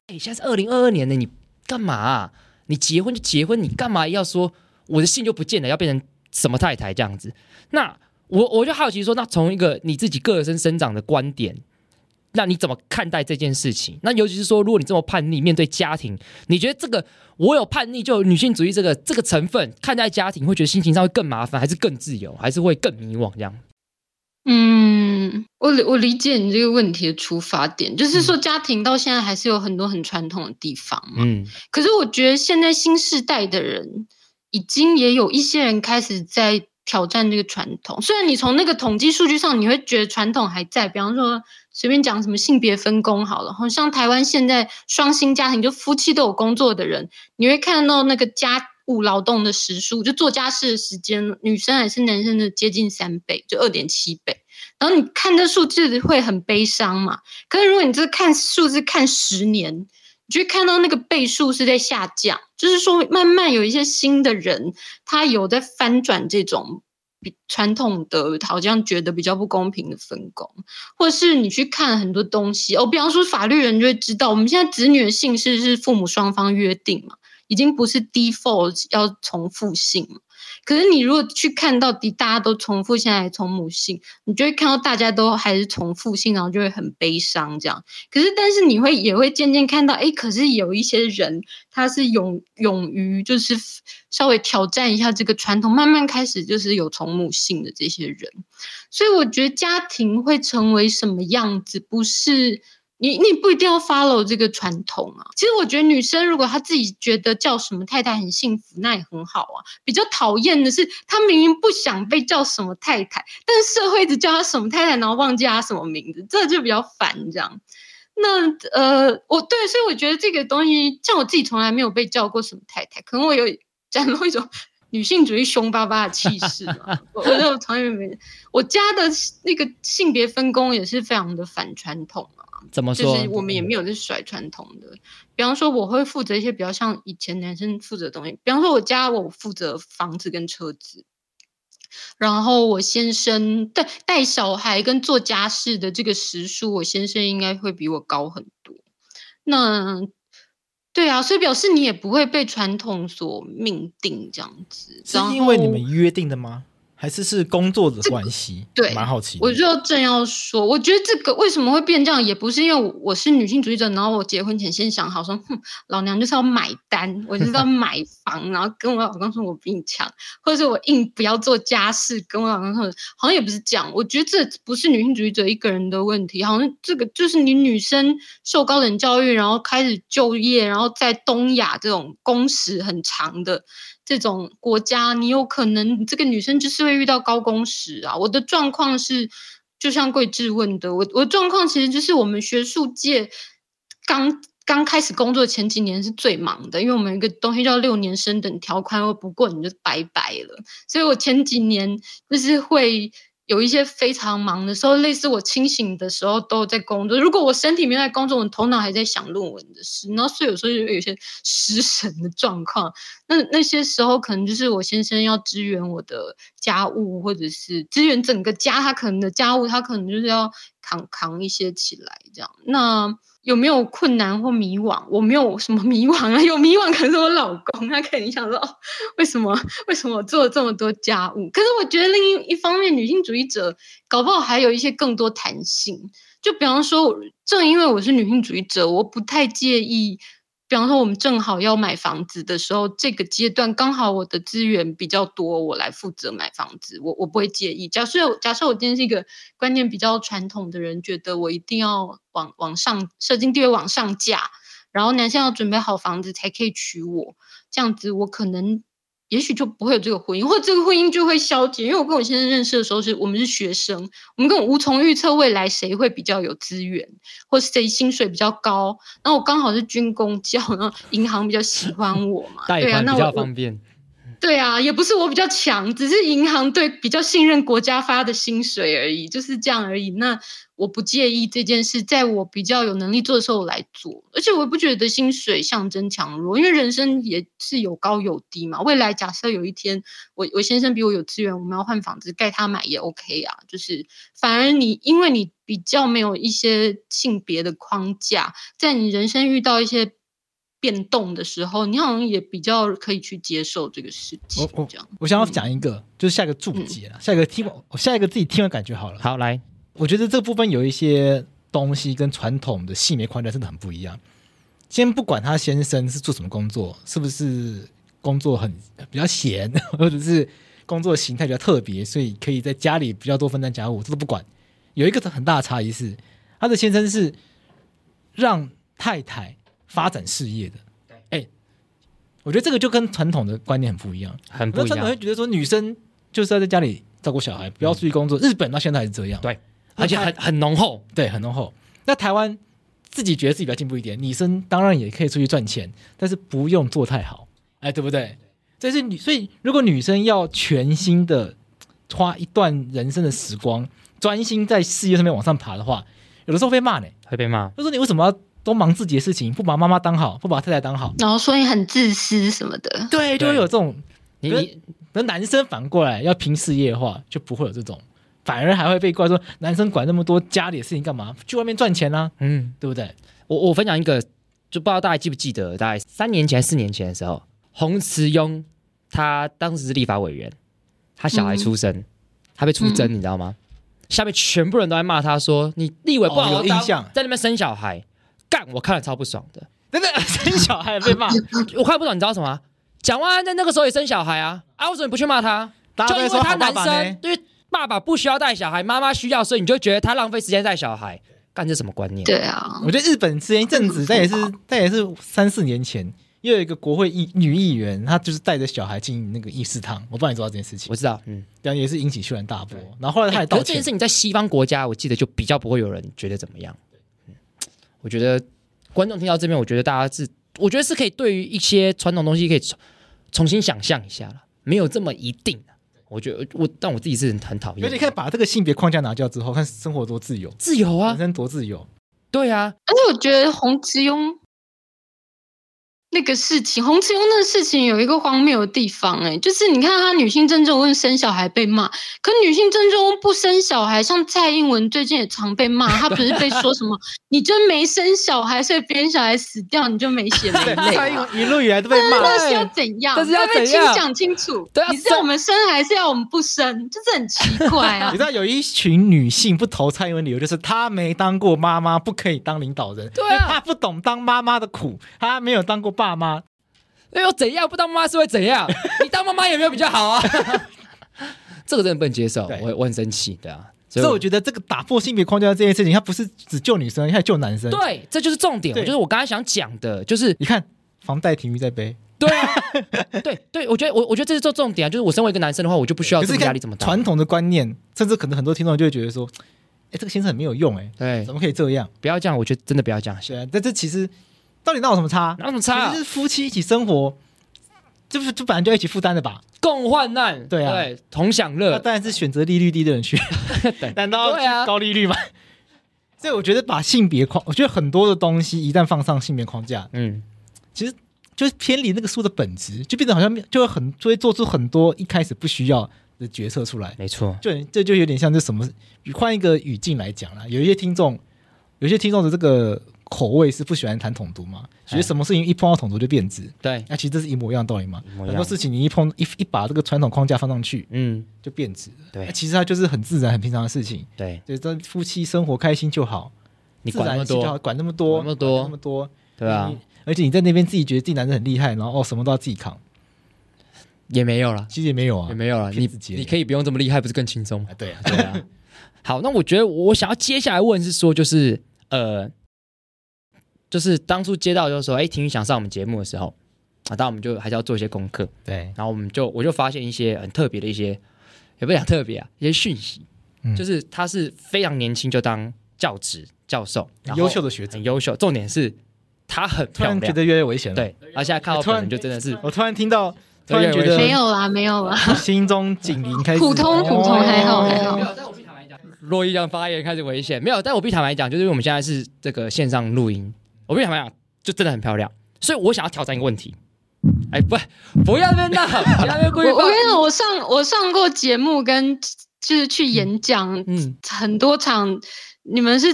哎、现在是二零二二年呢，你干嘛啊、你结婚就结婚，你干嘛要说我的姓就不见了，要变成什么太太这样子？那我我就好奇说，那从一个你自己个人生长的观点，那你怎么看待这件事情？那尤其是说，如果你这么叛逆，面对家庭，你觉得这个我有叛逆，就有女性主义这个这个成分，看待家庭会觉得心情上会更麻烦，还是更自由，还是会更迷惘这样？
嗯，我理我理解你这个问题的出发点，就是说家庭到现在还是有很多很传统的地方嘛。
嗯
可是我觉得现在新世代的人，已经也有一些人开始在挑战这个传统。虽然你从那个统计数据上，你会觉得传统还在，比方说随便讲什么性别分工好了，好像台湾现在双薪家庭，就夫妻都有工作的人，你会看到那个家务劳动的时数，就做家事的时间，女生还是男生的接近三倍，就二点七倍。然后你看这数字会很悲伤嘛？可是如果你这看数字看十年，你就会看到那个倍数是在下降，就是说慢慢有一些新的人，他有在翻转这种比传统的好像觉得比较不公平的分工，或是你去看很多东西哦，比方说法律人就会知道，我们现在子女的姓氏是父母双方约定嘛，已经不是 default 要重复姓嘛。可是你如果去看到底大家都重复现在从母姓，你就会看到大家都还是重复姓，然后就会很悲伤这样。可是，但是你会也会渐渐看到，哎，可是有一些人他是勇勇于就是稍微挑战一下这个传统，慢慢开始就是有从母性的这些人。所以我觉得家庭会成为什么样子，不是你你不一定要 follow 这个传统啊。其实我觉得女生如果她自己觉得叫什么太太很幸福，那也很好啊。比较讨厌的是，她明明不想被叫什么太太，但是社会一直叫她什么太太，然后忘记她什么名字，这就比较烦这样。那呃，我对，所以我觉得这个东西，像我自己从来没有被叫过什么太太，可能我有展露一种 [LAUGHS] 女性主义凶巴巴的气势嘛。我我就从来没，我家的那个性别分工也是非常的反传统啊，
怎么说？
就是我们也
嗯
没有在甩传统的。比方说，我会负责一些比较像以前男生负责的东西，比方说我家我负责房子跟车子，然后我先生带带小孩跟做家事的这个时数，我先生应该会比我高很多。那对啊，所以表示你也不会被传统所命定这样子。
是
然
因为你
后
们约定的吗？还是是工作的关系？
对
蛮好奇的。
我就正要说，我觉得这个为什么会变这样，也不是因为我我是女性主义者，然后我结婚前先想好说，哼，老娘就是要买单，我就是要买房，然后跟我老公说我比你强，或者是我硬不要做家事，跟我老公说，好像也不是这样。我觉得这不是女性主义者一个人的问题，好像这个就是你女生受高等教育，然后开始就业，然后在东亚这种工时很长的这种国家，你有可能你这个女生就是会遇到高工时啊。我的状况是，就像桂智问的，我我的状况其实就是我们学术界刚刚开始工作前几年是最忙的，因为我们有一个东西叫六年升等条款，如果不过你就拜拜了。所以我前几年就是会。有一些非常忙的时候，类似我清醒的时候都在工作。如果我身体没有在工作，我头脑还在想论文的事，然后所以有时候就有一些失神的状况。那那些时候可能就是我先生要支援我的家务，或者是支援整个家，他可能的家务，他可能就是要扛扛一些起来这样。那有没有困难或迷惘？我没有什么 [LAUGHS] 迷惘啊，有迷惘可能是我老公，他肯定想说，哦，为什么为什么我做了这么多家务？可是我觉得另一一方面，女性主义者搞不好还有一些更多弹性。就比方说，正因为我是女性主义者，我不太介意比方说我们正好要买房子的时候，这个阶段刚好我的资源比较多，我来负责买房子，我我不会介意。假设假设我今天是一个观念比较传统的人，觉得我一定要往往上社经地位往上架，然后男生要准备好房子才可以娶我，这样子我可能。也许就不会有这个婚姻，或者这个婚姻就会消解。因为我跟我先生认识的时候是，我们是学生，我们根本无从预测未来谁会比较有资源，或谁薪水比较高。然后我刚好是军工教，然后银行比较
[LAUGHS]
喜欢我嘛，
贷
对啊，
款
那
比较
我
方便。
对啊，也不是我比较强，只是银行对比较信任国家发的薪水而已，就是这样而已。那我不介意这件事，在我比较有能力做的时候我来做，而且我也不觉得薪水象征强弱，因为人生也是有高有低嘛。未来假设有一天我我先生比我有资源，我们要换房子盖他买也 OK 啊。就是反而你因为你比较没有一些性别的框架，在你人生遇到一些变动的时候，你好像也比较可以去接受这个事情
我。我
这样，
我想要讲一个，就是下一个注解
嗯
了，下一个听完，我下一个自己听完感觉好了。
好，来，
我觉得这部分有一些东西跟传统的性别框架真的很不一样。先不管他先生是做什么工作，是不是工作很呃比较闲， [LAUGHS] 或者是工作形态比较特别，所以可以在家里比较多分担家务，这都不管。有一个很大的差异是，他的先生是让太太发展事业的。哎、我觉得这个就跟传统的观念很不一样。
很
那
不一
传统会
样，
觉得说女生就是要在家里照顾小孩，不要出去工作。日本到现在还是这样。
对，而且很很浓厚，
对，很浓厚。那台湾自己觉得自己比较进步一点，女生当然也可以出去赚钱，但是不用做太好，哎，对不对？这是女，所以如果女生要全心的花一段人生的时光，专心在事业上面往上爬的话，有的时候被骂呢，
会被骂。
就说你为什么要都忙自己的事情，不把妈妈当好，不把太太当好？
然后所以很自私什么的，
对，就会有这种。
你
可
你
那男生反过来要拼事业的话，就不会有这种，反而还会被怪说男生管那么多家里的事情干嘛？去外面赚钱啦、
嗯，
对不对？
我我分享一个，就不知道大家记不记得，大概三年前、四年前的时候，洪慈庸他当时是立法委员，他小孩
嗯
出生，他被出征，你知道吗？下面全部人都在骂他说：“你立委不好
哦
好
有
当
印象
在那边生小孩，干！”我看了超不爽的，
真的 [LAUGHS] 生小孩
[LAUGHS]
被骂，
我看了不爽，你知道什么？蒋万安在那个时候也生小孩啊，啊，为什么你不去骂他？
大家
就
都
因
在说
为他
好爸
男
爸
生
呢，。
因为爸爸不需要带小孩，妈妈需要，所以你就觉得他浪费时间带小孩，干这什么观念？
对啊，
我觉得日本之前一阵子，但也是 [LAUGHS] 但也是三四年前，又有一个国会议女议员，她就是带着小孩进那个议事堂，我不知道你知道这件事情
我，知道，嗯。
然后也是引起轩然大波。然后后来她也
哎可
道
是这件
歉
事，情在西方国家，我记得就比较不会有人觉得怎么样。嗯我觉得观众听到这边，我觉得大家是，我觉得是可以对于一些传统东西可以重重新想象一下了，没有这么一定啊。我觉得我，但我自己是很很讨
而且你
厌
看把这个性别框架拿掉之后，看生活多自由，
自由
人
啊，
生多自由。
对啊，
而且我觉得洪慈庸那个事情，洪慈庸那个事情有一个荒谬的地方、欸，就是你看他女性郑重问生小孩被骂，可女性郑重问不生小孩，像蔡英文最近也常被骂，她不是被说什
[LAUGHS]
么你真没生小孩，所以别人小孩死掉你就没血没
对，
泪
蔡
啊、
英文一路以来都被骂，
[LAUGHS]
那是要怎样？
但是要
被
怎样
讲清楚
对啊，
你是要我们生还是要我们不生？就是很奇怪
[LAUGHS]
啊
你知。道有一群女性不投蔡英文理由就是她没当过妈妈，不可以当领导人，
对啊
因为她不懂当妈妈的苦，她没有当过爸妈，
哎呦，怎样不当妈妈是会怎 [LAUGHS] 样？你当妈妈有没有比较好啊？ [LAUGHS] 这个真的不能接受，
对
我我很生气，对啊。
所以我觉得这个打破性别框架这件事情，它不是只救女生，它还救男生。，
对，啊这就是重点，
对
就是我刚才想讲的，就是
你看房贷体育在背，
对啊， [LAUGHS] 对对，我觉得我我觉得这是做重点啊，就是我身为一个男生的话，我就不需要
可
啊
是
这个
你看
压力这么大。
传统的观念，甚至可能很多听众就会觉得说，哎，这个先生很没有用，哎，
对
怎，么可以这样？
不要这样，我觉得真的不要这样想，
对啊，但这其实到底闹有什么差？
哪有什么差啊
其实就是夫妻一起生活，这不就本来就要一起负担的吧？
共患难，
对啊
对，同享
那
乐，
当然是选择利率低的人去，难道
[LAUGHS] 对啊
高利率吗？ [LAUGHS] 所以我觉得把性别框，我觉得很多的东西一旦放上性别框架，
嗯，
其实就是偏离那个书的本质，就变得好像就会很就会做出很多一开始不需要的决策出来，
没错，
就很这就有点像这什么，换一个语境来讲啦，有一些听众，有一些听众的这个口味是不喜欢谈统独嘛，
哎
觉得什么事情一碰到统独就变质，
对，
那、其实这是一模一样的道理嘛
一模，一样
很多事情你一碰一一把这个传统框架放上去，
嗯，
就变质了。
对
那其实它就是很自然、很平常的事情。
对，
对，这夫妻生活开心就好，
你
自
管那
然
么
一些就好，
多，
管那么多，
管那么多
管那么多，
对啊
你，。而且你在那边自己觉得自己男人很厉害，然后哦什么都要自己扛，
也没有了，
其实也没有啊，
也没有了。
骗
你
自己而已
你可以不用这么厉害，不是更轻松吗
啊？对啊，
对啊。 [LAUGHS] 好，那我觉得我想要接下来问是说，就是呃，就是当初接到就是说，哎，婷宇想上我们节目的时候，啊，当然我们就还是要做一些功课，
对，
然后我们就我就发现一些很特别的一些，也不讲特别啊，一些讯息，
嗯
就是他是非常年轻就当教职教授，然后
优秀的学者
很优秀，重点是她很
突
漂
然觉
亮，
得越来越危险了。，
对，而现在看到
突然
本人就真的是
我突然听到，突然觉
对
没
得
有啦，没有啦。
心中警铃开始哦
普通普通还好还好
没有，但我必坦白讲，洛伊这样发言开始危险。没有，但我必坦白讲，就是因为我们现在是这个线上录音，我必坦白讲，就真的很漂亮。所以我想要挑战一个问题，哎，不，不要在那边闹，不要在那边故意
我我
放
跟你讲，我上我上过节目跟就是去演讲
嗯，
很多场，你们是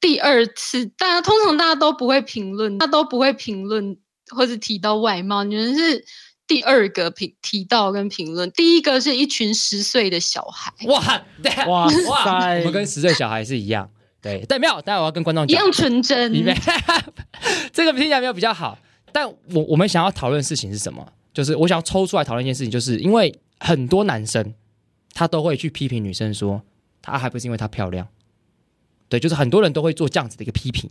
第二次，大家通常大家都不会评论，大家都不会评论或是提到外貌，你们是第二个评提到跟评论，第一个是一群十岁的小孩，
哇，对，
哇塞
我们跟十岁小孩是一样，对，但没有，但我要跟观众
一
讲
样，纯真
你。们这个听起来没有比较好，但我我们想要讨论的事情是什么？就是我想要抽出来讨论一件事情，就是因为很多男生他都会去批评女生说，她还不是因为她漂亮，对，就是很多人都会做这样子的一个批评。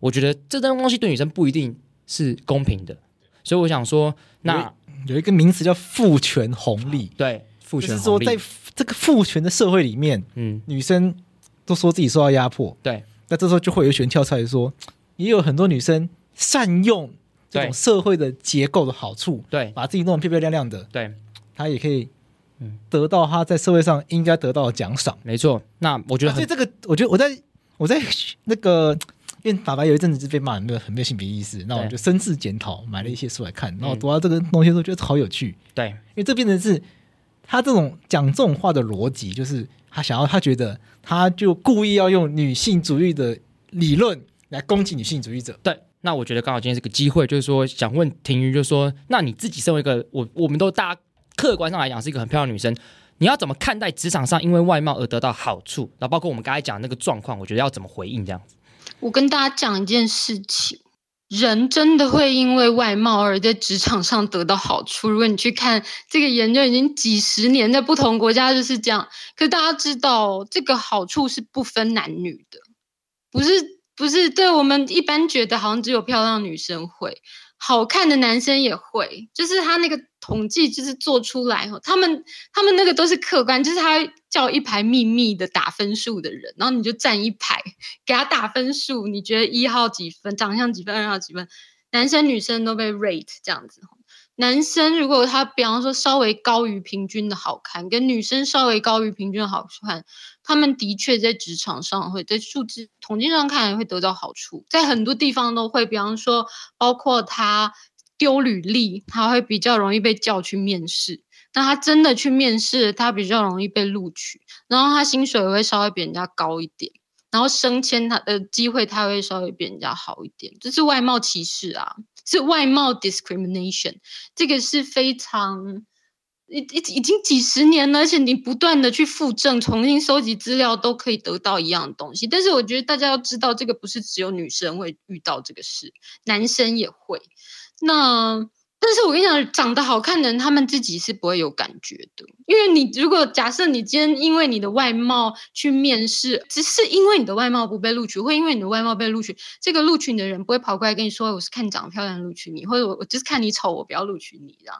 我觉得这种东西对女生不一定是公平的，所以我想说，那
有一个名词叫父权红利，
对父
就
权
是说
红利
在这个父权的社会里面，
嗯，
女生都说自己受到压迫，
对
那这时候就会有一群人跳出来说，也有很多女生善用这
对
种社会的结构的好处，
对
把自己弄得漂漂亮亮的，
对，
她也可以
嗯
得到她在社会上应该得到的奖赏。
没错。那我觉得
所以
很
这个，我觉得我在我在 [LAUGHS] 那个，因为爸爸有一阵子是被骂很没有很没有性别意识，那我
对嗯
就深自检讨，买了一些书来看，然后读到这个东西的时候觉得好有趣，
对
因为这变成是他这种讲这种话的逻辑，就是他想要他觉得他就故意要用女性主义的理论来攻击女性主义者，
对，那我觉得刚好今天是个机会，就是说想问婷瑜，就是说，那你自己身为一个我，我们都大家客观上来讲是一个很漂亮的女生，你要怎么看待职场上因为外貌而得到好处？然后包括我们刚才讲的那个状况，我觉得要怎么回应这样子？
我跟大家讲一件事情。人真的会因为外貌而在职场上得到好处。如果你去看这个研究，已经几十年，在不同国家就是这样。可大家知道哦，这个好处是不分男女的，不是不是。对我们一般觉得好像只有漂亮女生会，好看的男生也会。就是他那个统计就是做出来哦，他们他们那个都是客观，就是他叫一排秘密的打分数的人，然后你就站一排，给他打分数，你觉得一号几分，长相几分，二号几分，男生女生都被 rate 这样子。男生如果他比方说稍微高于平均的好看，跟女生稍微高于平均的好看，他们的确在职场上会在数字统计上看来会得到好处，在很多地方都会，比方说包括他丢履历，他会比较容易被叫去面试。那他真的去面试，他比较容易被录取，然后他薪水也会稍微比人家高一点。然后升迁他的机会，他会稍微比人家好一点，这是外貌歧视啊，是外貌 discrimination，这个是非常已已已经几十年了，而且你不断的去复证、重新收集资料，都可以得到一样的东西。但是我觉得大家要知道，这个不是只有女生会遇到这个事，男生也会。那但是我跟你讲，长得好看的人，他们自己是不会有感觉的，因为你如果假设你今天因为你的外貌去面试，只是因为你的外貌不被录取，或因为你的外貌被录取，这个录取你的人不会跑过来跟你说我是看你长得漂亮录取你，或者我我就是看你丑我不要录取你这样。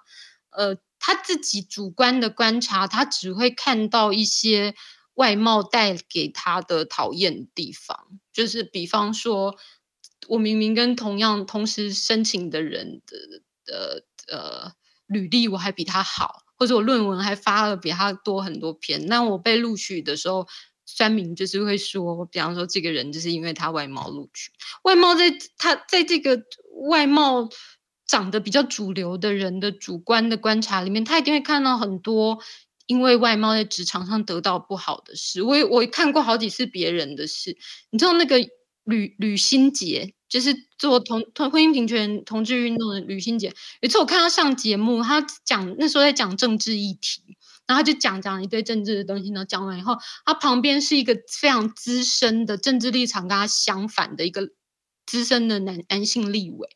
呃，他自己主观的观察，他只会看到一些外貌带给他的讨厌的地方。就是比方说，我明明跟同样同时申请的人的呃呃履历我还比他好，或者我论文还发了比他多很多篇，那我被录取的时候。酸民就是会说，比方说这个人就是因为他外貌录取，外貌在他在这个外貌长得比较主流的人的主观的观察里面，他一定会看到很多因为外貌在职场上得到不好的事。我也我也看过好几次别人的事，你知道那个吕吕新杰，就是做同同婚姻平权同志运动的吕新杰。有一次我看他上节目，他讲那时候在讲政治议题，然后他就讲讲一堆政治的东西，然后讲完以后，他旁边是一个非常资深的政治立场跟他相反的一个资深的男男性立委。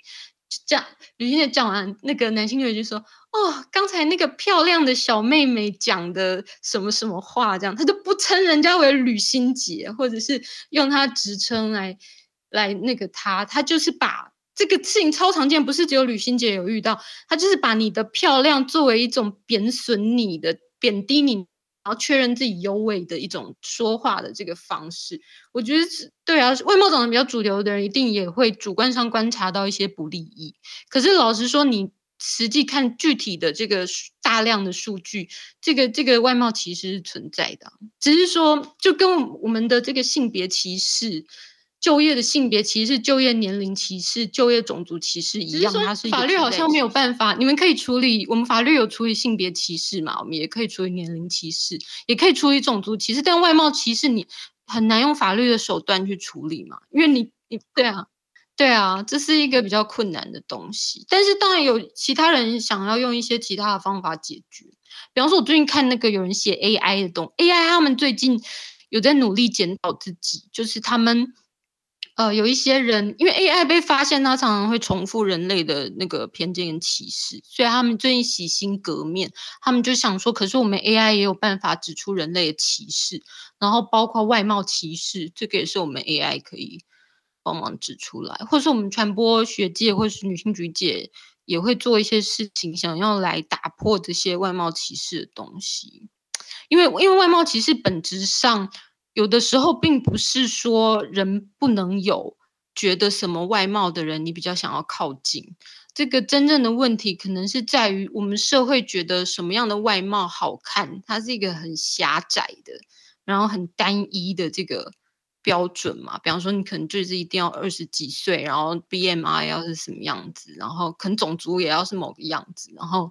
讲吕欣姐讲完，那个男性就已经说：“哦，刚才那个漂亮的小妹妹讲的什么什么话，这样他就不称人家为吕欣杰，或者是用他职称来来那个他，他就是把这个事情超常见，不是只有吕欣姐有遇到，他就是把你的漂亮作为一种贬损你的、贬低你，然后确认自己优位的一种说话的这个方式。我觉得是对啊，外貌长得比较主流的人，一定也会主观上观察到一些不利益。可是老实说，你实际看具体的这个数大量的数据，这个这个外貌歧视是存在的啊，只是说就跟我们的这个性别歧视。就业的性别歧视、就业年龄歧视、就业种族歧视一样，它是法律好像没有办法。你们可以处理，我们法律有处理性别歧视嘛？我们也可以处理年龄歧视，也可以处理种族歧视，但外貌歧视你很难用法律的手段去处理嘛，因为你你对啊。对啊，这是一个比较困难的东西，但是当然有其他人想要用一些其他的方法解决。比方说，我最近看那个有人写 AI 的东，AI 他们最近有在努力检讨自己，就是他们呃有一些人，因为 AI 被发现，它常常会重复人类的那个偏见跟歧视，所以他们最近洗心革面，他们就想说，可是我们 AI 也有办法指出人类的歧视，然后包括外貌歧视，这个也是我们 AI 可以。帮忙指出来，或是我们传播学界或是女性局界也会做一些事情，想要来打破这些外貌歧视的东西。因为因为外貌歧视本质上有的时候并不是说人不能有觉得什么外貌的人你比较想要靠近，这个真正的问题可能是在于我们社会觉得什么样的外貌好看，它是一个很狭窄的，然后很单一的这个。标准嘛，比方说你可能就是一定要二十几岁，然后 BMI 要是什么样子，然后可能种族也要是某个样子，然后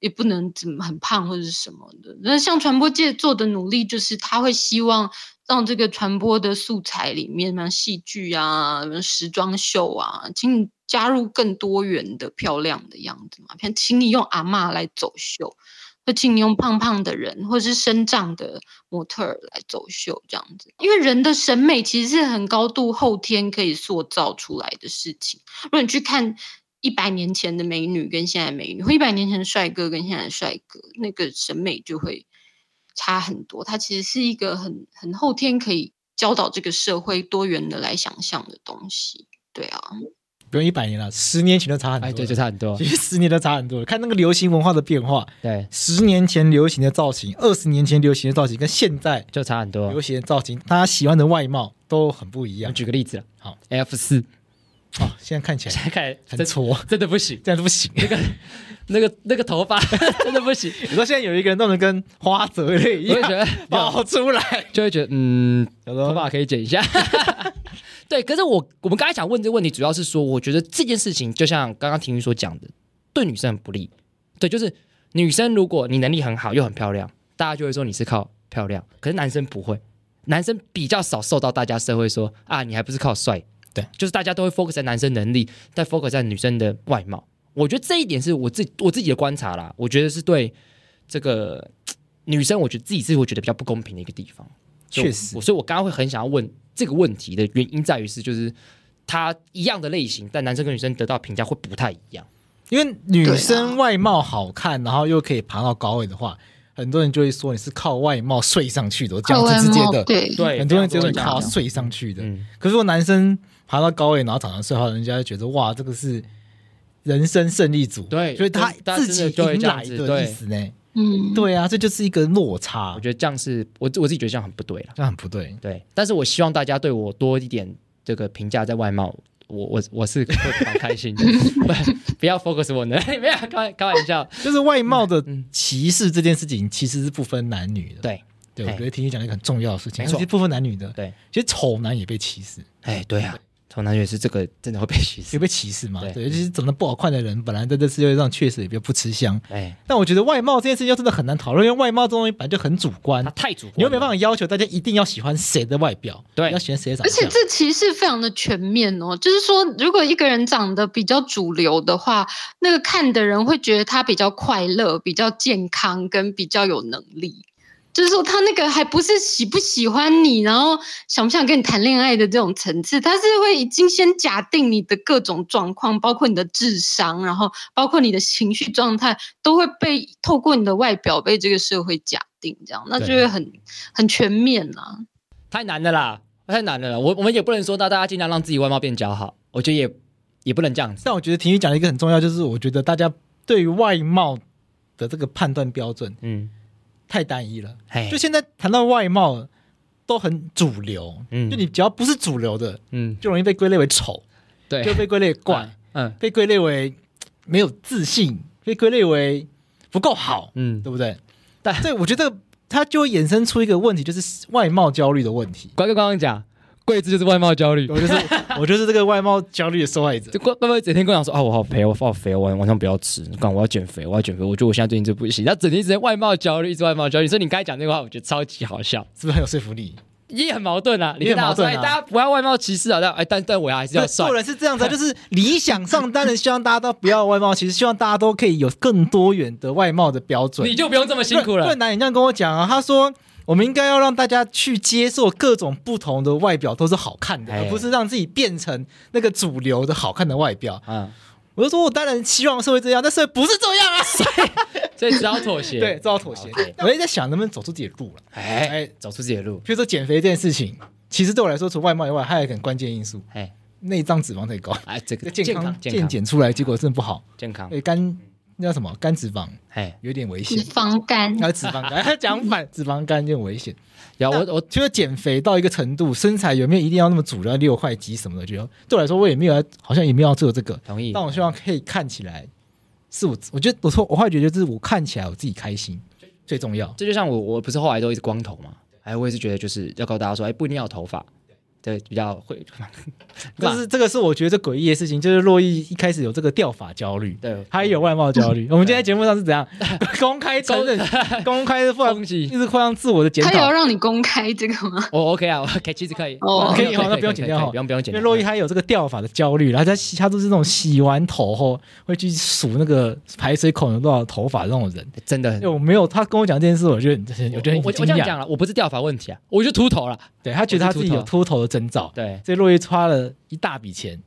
也不能怎么很胖或者是什么的。那像传播界做的努力，就是他会希望让这个传播的素材里面嘛，戏剧啊、时装秀啊，请你加入更多元的漂亮的样子嘛，像请你用阿嬷来走秀。就请你用胖胖的人或是身障的模特儿来走秀，这样子，因为人的审美其实是很高度后天可以塑造出来的事情。如果你去看一百年前的美女跟现在美女，或一百年前的帅哥跟现在的帅哥，那个审美就会差很多。它其实是一个很很后天可以教导这个社会多元的来想象的东西。对啊，
不用一百年了，十年前就差很多。
哎，对，就差很多
其。实十年都差很多了。看那个流行文化的变化，
对，
十年前流行的造型，二十年前流行的造型，跟现在
就差很多
流。行的造型，大家喜欢的外貌都很不一
我
样
们。 [LAUGHS] 举个例子了，
好
，F [LAUGHS] 四，嗯
哦，现在看起
现
来
在看
很
真
挫，
[LAUGHS] 真的不行，
这样都不行。你
那个那个头发 [LAUGHS] 真的不行，
说现在有一个人弄得跟花泽类一
我就觉
样，
[LAUGHS] 得
跑出来，
就会觉得嗯，
有
头
的
发可以剪一下。 [LAUGHS] 对，可是我我们刚才想问这个问题，主要是说，我觉得这件事情就像刚刚婷瑜所讲的，对女生很不利。对，就是女生如果你能力很好又很漂亮，大家就会说你是靠漂亮，可是男生不会，男生比较少受到大家社会说啊，你还不是靠帅。
对，
就是大家都会 focus 在男生能力，但 focus 在女生的外貌。我觉得这一点是我自我自己的观察啦，我觉得是对这个女生，我觉得自己是会觉得比较不公平的一个地方。所以
确实
我所以我刚刚会很想要问这个问题的原因在于是，就是他一样的类型，但男生跟女生得到评价会不太一样。
因为女生外貌好看，然后又可以爬到高位的话，很多人就会说你是靠外貌睡上去的。我讲很直接的，
对
对
很多人觉得你
这样
靠
子
睡上去的。
嗯，
可是如果男生爬到高位，然后早上睡的话，人家就觉得哇，这个是人生胜利组，
对
所以他
大家
自
真
己
的就会
迎
这样
来
子
的
对
意思呢？
嗯，
对啊，这就是一个落差
我，觉得这样是我自我自己觉得这样很不对了。
这样很不对。
对，但是我希望大家对我多一点这个评价在外貌，我我我是会蛮开心的，不不要 focus 我能力，没有开玩开玩笑。
就是外貌的
嗯
歧视这件事情，其实是不分男女的。
对，
对，
哎
我觉得听你讲了一个很重要的事情，
没错
其实不分男女的。
对，
其实丑男也被歧视，
哎，对啊，从男也是这个真的会被歧视
也。被歧视嘛。
对
对，就是长得不好看的人，本来在这世界上确实也比较不吃香。
哎，
但我觉得外貌这件事情真的很难讨论，因为外貌这东西本来就很主观
他，太主观了，
你又没办法要求大家一定要喜欢谁的外表，
对
要喜欢谁的长
而且
相。
这歧视非常的全面哦，就是说，如果一个人长得比较主流的话，那个看的人会觉得他比较快乐、比较健康，跟比较有能力。就是说他那个还不是喜不喜欢你，然后想不想跟你谈恋爱的这种层次，他是会已经先假定你的各种状况，包括你的智商，然后包括你的情绪状态，都会被透过你的外表被这个社会假定，这样那就会很很全面啊。
太难了啦，太难了啦。我我们也不能说到大家尽量让自己外貌变姣好，我觉得也也不能这样子。
但我觉得婷宇讲了一个很重要，就是我觉得大家对于外貌的这个判断标准
嗯，
太单一了。
嘿，
就现在谈到外貌都很主流，
嗯
就你只要不是主流的，
嗯，
就容易被归类为丑，
对，
就被归类为怪
嗯，，嗯
被归类为没有自信，被归类为不够好，
嗯，
对不对？ [LAUGHS]
但
对，我觉得它就会衍生出一个问题，就是外貌焦虑的问
[LAUGHS]
题。
乖哥刚刚讲，贵子就是外貌焦虑，
我就是我就是这个外貌焦虑的受害者
就。乖乖乖整天跟我讲说啊，我好肥，我好肥，我晚上不要吃，干我要减肥，我要减肥，我觉得我现在最近这不行。他整天一直在外貌焦虑，一直外貌焦虑，所以你刚才讲那句话，我觉得超级好笑，
是不是很有说服力？
也很矛盾啊。你
也
跟
很
大家说，
矛
哎，
盾啊
大家不要外貌歧视啊，但哎，但但我还是要
对
帅
做。人是这样子啊， [LAUGHS] 就是理想上当然希望大家都不要外貌，其实希望大家都可以有更多元的外貌的标准。
你就不用这么辛苦
瑞
了
瑞。南也这样跟我讲啊，他说我们应该要让大家去接受各种不同的外表都是好看的，
哎
而不是让自己变成那个主流的好看的外表。
嗯，
我就说我当然希望社会这样，但是不是这样啊？
所以只好妥
[LAUGHS]
协。
对，，这要妥协
OK。
我也在想能不能走出自己的路了。
哎
哎，
走出自己的路。
比如说减肥这件事情，其实对我来说，除外貌以外，还有一个很关键因素，
哎
内脏脂肪太高，
哎，这个
这健康
健
健
康
检出来结果真的不好，
健康。
对肝那叫什么肝脂肪
哎，
有点危
脂
[LAUGHS] 险。
肪肝，
还有脂肪 [LAUGHS] 肝，讲反脂肪肝就很危险。
然后我我
觉得减肥到一个程度，身材有没有一定要那么主要六块肌什么的？觉得对我来说，我也没有要，好像也没有要做这个。
同意。
但我希望可以看起来是我，我觉得我说我后来觉得就是我看起来我自己开心最重要。
这就像我，我不是后来都一直光头嘛？哎，我也是觉得就是要告诉大家说，哎，不一定要有头发，对，比较会， [LAUGHS]
这是这个是我觉得这诡异的事情，就是洛伊一开始有这个掉发焦虑，
对，嗯
他也有外貌焦虑。我们今天节目上是
[LAUGHS]
怎样公开承认、公开的放
攻
一
击。
直互相自我的检
他有
讨
要，让你公开这个吗？
我 OK 啊，我 [LAUGHS] OK，其实可以，
哦
可以好那不用剪掉
可以可以
哈
不用不用
因
剪掉。
为洛伊他有这个掉发的焦虑，然后他洗他都是那种洗完头后会去数那个排水孔有多少头发的那种人。
真的很
因为，我没有他跟我讲这件事，我觉得很
我
我觉得
我我
很
这
惊
样
讶。
讲了，我不是掉发问题啊，我就秃头了。
对他觉得他自己有秃头的征兆，
对
所以洛伊花了一大笔钱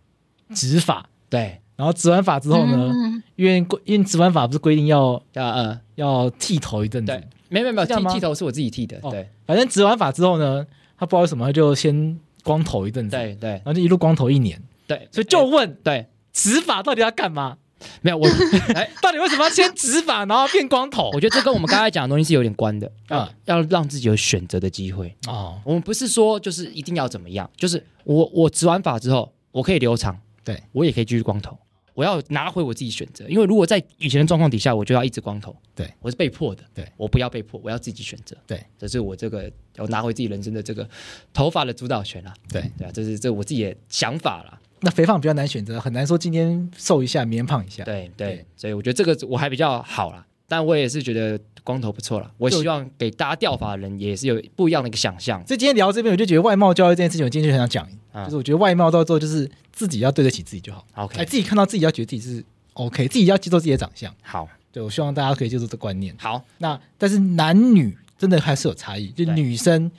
植发，
对，
然后植完发之后呢，
嗯
因为规因为植完发不是规定要
啊嗯，
要剃头一阵子
对，，没有没有没有，
嗯是这样
剃
吗
剃头是我自己剃的，
哦
对
反正植完发之后呢，他不知道为什么他就先光头一阵子，
对对
然后就一路光头一年，
对，哎
所以就问
对
植发到底要干嘛？
没有我， [LAUGHS] 哎，
到底为什么要先植发然后变光头
[LAUGHS] 我？觉得这跟我们刚才讲的东西是有点关的啊
[LAUGHS] 啊，
要让自己有选择的机会。
哦，
我们不是说就是一定要怎么样，就是我我植完发之后，我可以留长，
对
我也可以继续光头。我要拿回我自己选择，因为如果在以前的状况底下，我就要一直光头，
对
我是被迫的，
对
我不要被迫，我要自己选择，
对，
这是我这个要拿回自己人生的这个头发的主导权啦，
对
对啊，这是这我自己的想法啦，
那肥胖比较难选择，很难说今天瘦一下，明天胖一下。
对对
对，
所以我觉得这个我还比较好啦，但我也是觉得光头不错啦，我
就
希望给大家掉发的人也是有不一样的一个想象，
所以今天聊到这边，我就觉得外貌焦虑这件事情，我今天就很想讲，
啊
就是我觉得外貌到最后就是自己要对得起自己就好，
，OK，、
哎，自己看到自己要觉得自己是 OK，自己要接受自己的长相。
好
对我希望大家可以接受这观念。
好，
那但是男女真的还是有差异，就
对
女生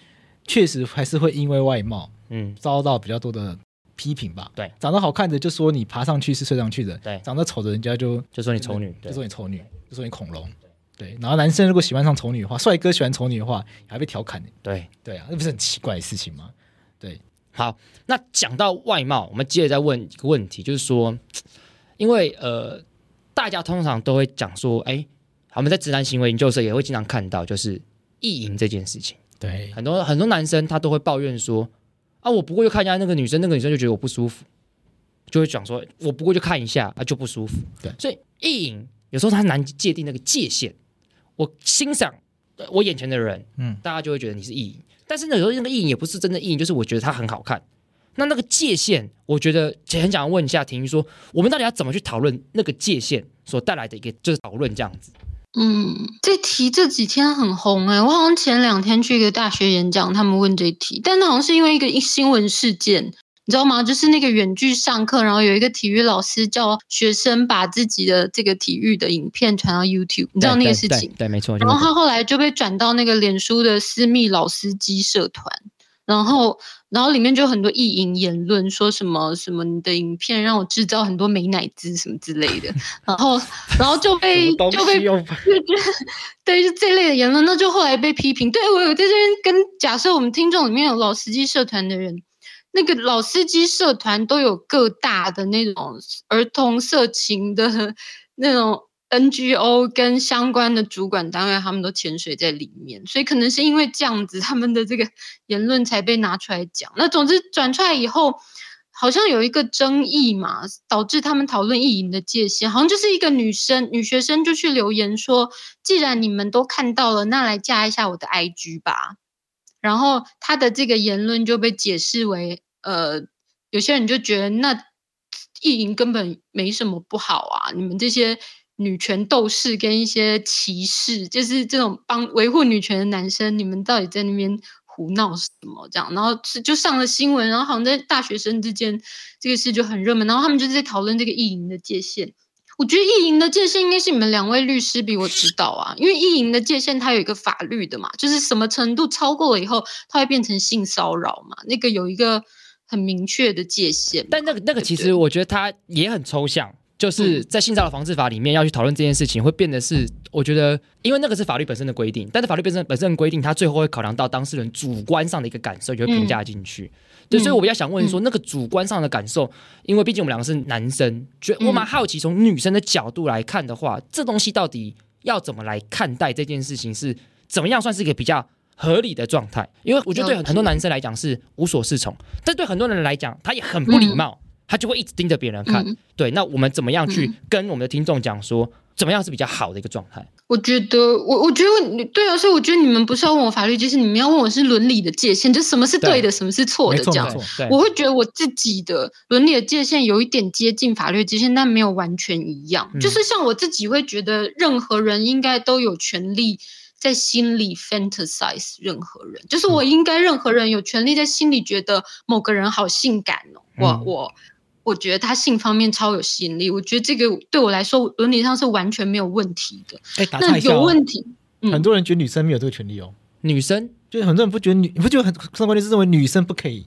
确实还是会因为外貌
嗯，
遭到比较多的批评吧。
对
长得好看的就说你爬上去是睡上去的，
对
长得丑的人家就
就说你丑女，对
就说你丑女，就说你恐龙。对，然后男生如果喜欢上丑女的话，帅哥喜欢丑女的话，还被调侃呢。
对。
对啊，那不是很奇怪的事情吗？
好，那讲到外貌，我们接着再问一个问题，就是说，因为呃，大家通常都会讲说，哎、我们在直男行为研究社也会经常看到，就是意淫这件事情，
对，
很多很多男生他都会抱怨说，啊，我不过就看一下那个女生，那个女生就觉得我不舒服，就会讲说，我不过就看一下啊就不舒服，
对
所以意淫有时候它很难界定那个界限，我欣赏呃我眼前的人，
嗯，
大家就会觉得你是意淫。但是呢，有时候那个意淫也不是真的意淫，就是我觉得它很好看。那那个界限，我觉得其实很想问一下婷瑜说，我们到底要怎么去讨论那个界限所带来的一个就是讨论这样子？
嗯，这题这几天很红哎、我好像前两天去一个大学演讲，他们问这题，但那好像是因为一个新闻事件，你知道吗？就是那个远距上课，然后有一个体育老师叫学生把自己的这个体育的影片传到 YouTube，你知道那个事
对
情
对？对，没错。就
然后
是
他后来就被转到那个脸书的私密老司机社团，然后然后里面就有很多意淫言论，说什么什么你的影片让我制造很多美乃滋什么之类的，然后然后就被
什么东
就被
西又
对，就这类的言论，那就后来被批评。对我有在这边跟假设我们听众里面有老司机社团的人，那个老司机社团都有各大的那种儿童色情的那种 NGO 跟相关的主管单位，他们都潜水在里面，所以可能是因为这样子，他们的这个言论才被拿出来讲。那总之转出来以后。好像有一个争议嘛，导致他们讨论意淫的界限，好像就是一个女生女学生就去留言说，既然你们都看到了，那来加一下我的 IG 吧。然后他的这个言论就被解释为，呃，有些人就觉得那意淫根本没什么不好啊，你们这些女权斗士跟一些歧视，就是这种帮维护女权的男生，你们到底在那边胡闹什么？这样，然后是就上了新闻，然后好像在大学生之间这个事就很热门，然后他们就是在讨论这个意淫的界限。我觉得意淫的界限应该是你们两位律师比我知道啊，因为意淫的界限它有一个法律的嘛，就是什么程度超过了以后，它会变成性骚扰嘛，那个有一个很明确的界限嘛。
但那个那个其实我觉得它也很抽象，就是在性骚扰防治法里面要去讨论这件事情，会变得是我觉得，因为那个是法律本身的规定，但是法律本身本身的规定，它最后会考量到当事人主观上的一个感受，就会评价进去。对，所以我比较想问说，那个主观上的感受，因为毕竟我们两个是男生，觉
嗯
我蛮好奇，从女生的角度来看的话，这东西到底要怎么来看待这件事情是怎么样算是一个比较合理的状态？因为我觉得对
了解
很多男生来讲是无所适从，但对很多人来讲，他也很不礼貌，
嗯
他就会一直盯着别人看。
嗯
对，那我们怎么样去跟我们的听众讲说，怎么样是比较好的一个状态？
我觉得，我我觉得你对啊，所以我觉得你们不是要问我法律界限，你们要问我是伦理的界限，就什么是对的，
对
什么是错
没
的
错
这
没
样
错。
对，
我会觉得我自己的伦理的界限有一点接近法律的界限，但没有完全一样。
嗯
就是像我自己会觉得，任何人应该都有权利在心里 fantasize 任何
嗯
人，就是我应该任何人有权利在心里觉得某个人好性感哦，我
嗯
我。我觉得他性方面超有吸引力，我觉得这个对我来说伦理上是完全没有问题的。
哎，打岔
那
一下
有
哦，
问题，嗯
很多人觉得女生没有这个权利哦，
女生
就是很多人不觉得女，不觉得很上观念是认为女生不可以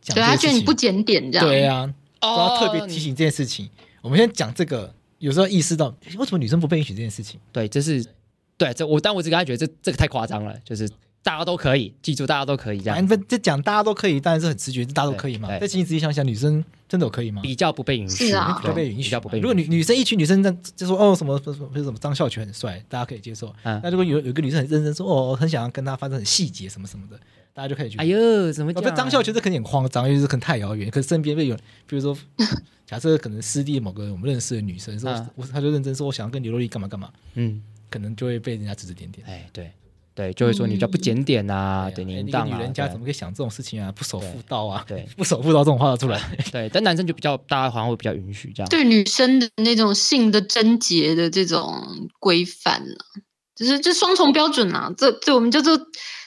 讲
对
这
他觉
件事
得你
情
不检点这样。
对啊，都要特别
你
提醒这件事情。我们先讲这个，有时候意识到诶为什么女生不被允许这件事情。
对，这是对这我，但我只跟他觉得这这个太夸张了，就是大家都可以记住，大家都可以这
反
样，
正这讲大家都可以，当然是很直觉，大家都可以嘛
对。对
但其实仔细想想，女生真的有可以吗？
比较不被允许，
是啊
不
对
被允
比
许
较
嘛。
不被允许。
如果女女生一群女生在就说哦什么什么什么比如什么张孝全很帅，大家可以接受。
嗯
那如果有有一个女生很认真说哦很想要跟他发生很细节什么什么的，大家就可以去。
哎呦，怎么
哦，
讲？
那张孝全这可能很慌张，因为这可能太遥远。可是身边会有，比如说，假设可能师弟某个我们认识的女生说
嗯，
我她就认真说我想要跟刘若丽干嘛干嘛，
嗯，
可能就会被人家指指点点。
哎，对对，就会说你比较不检点啊，对，
哎
你
呀
淫
一个
荡
女
啊，
人家
对
怎么可以想这种事情啊？不守妇道啊，
对
[LAUGHS] 不守妇道这种话出来。
对，但男生就比较大家好像会比较允许这样。
对女生的那种性的贞洁的这种规范了、就是这双重标准啊，这这我们叫做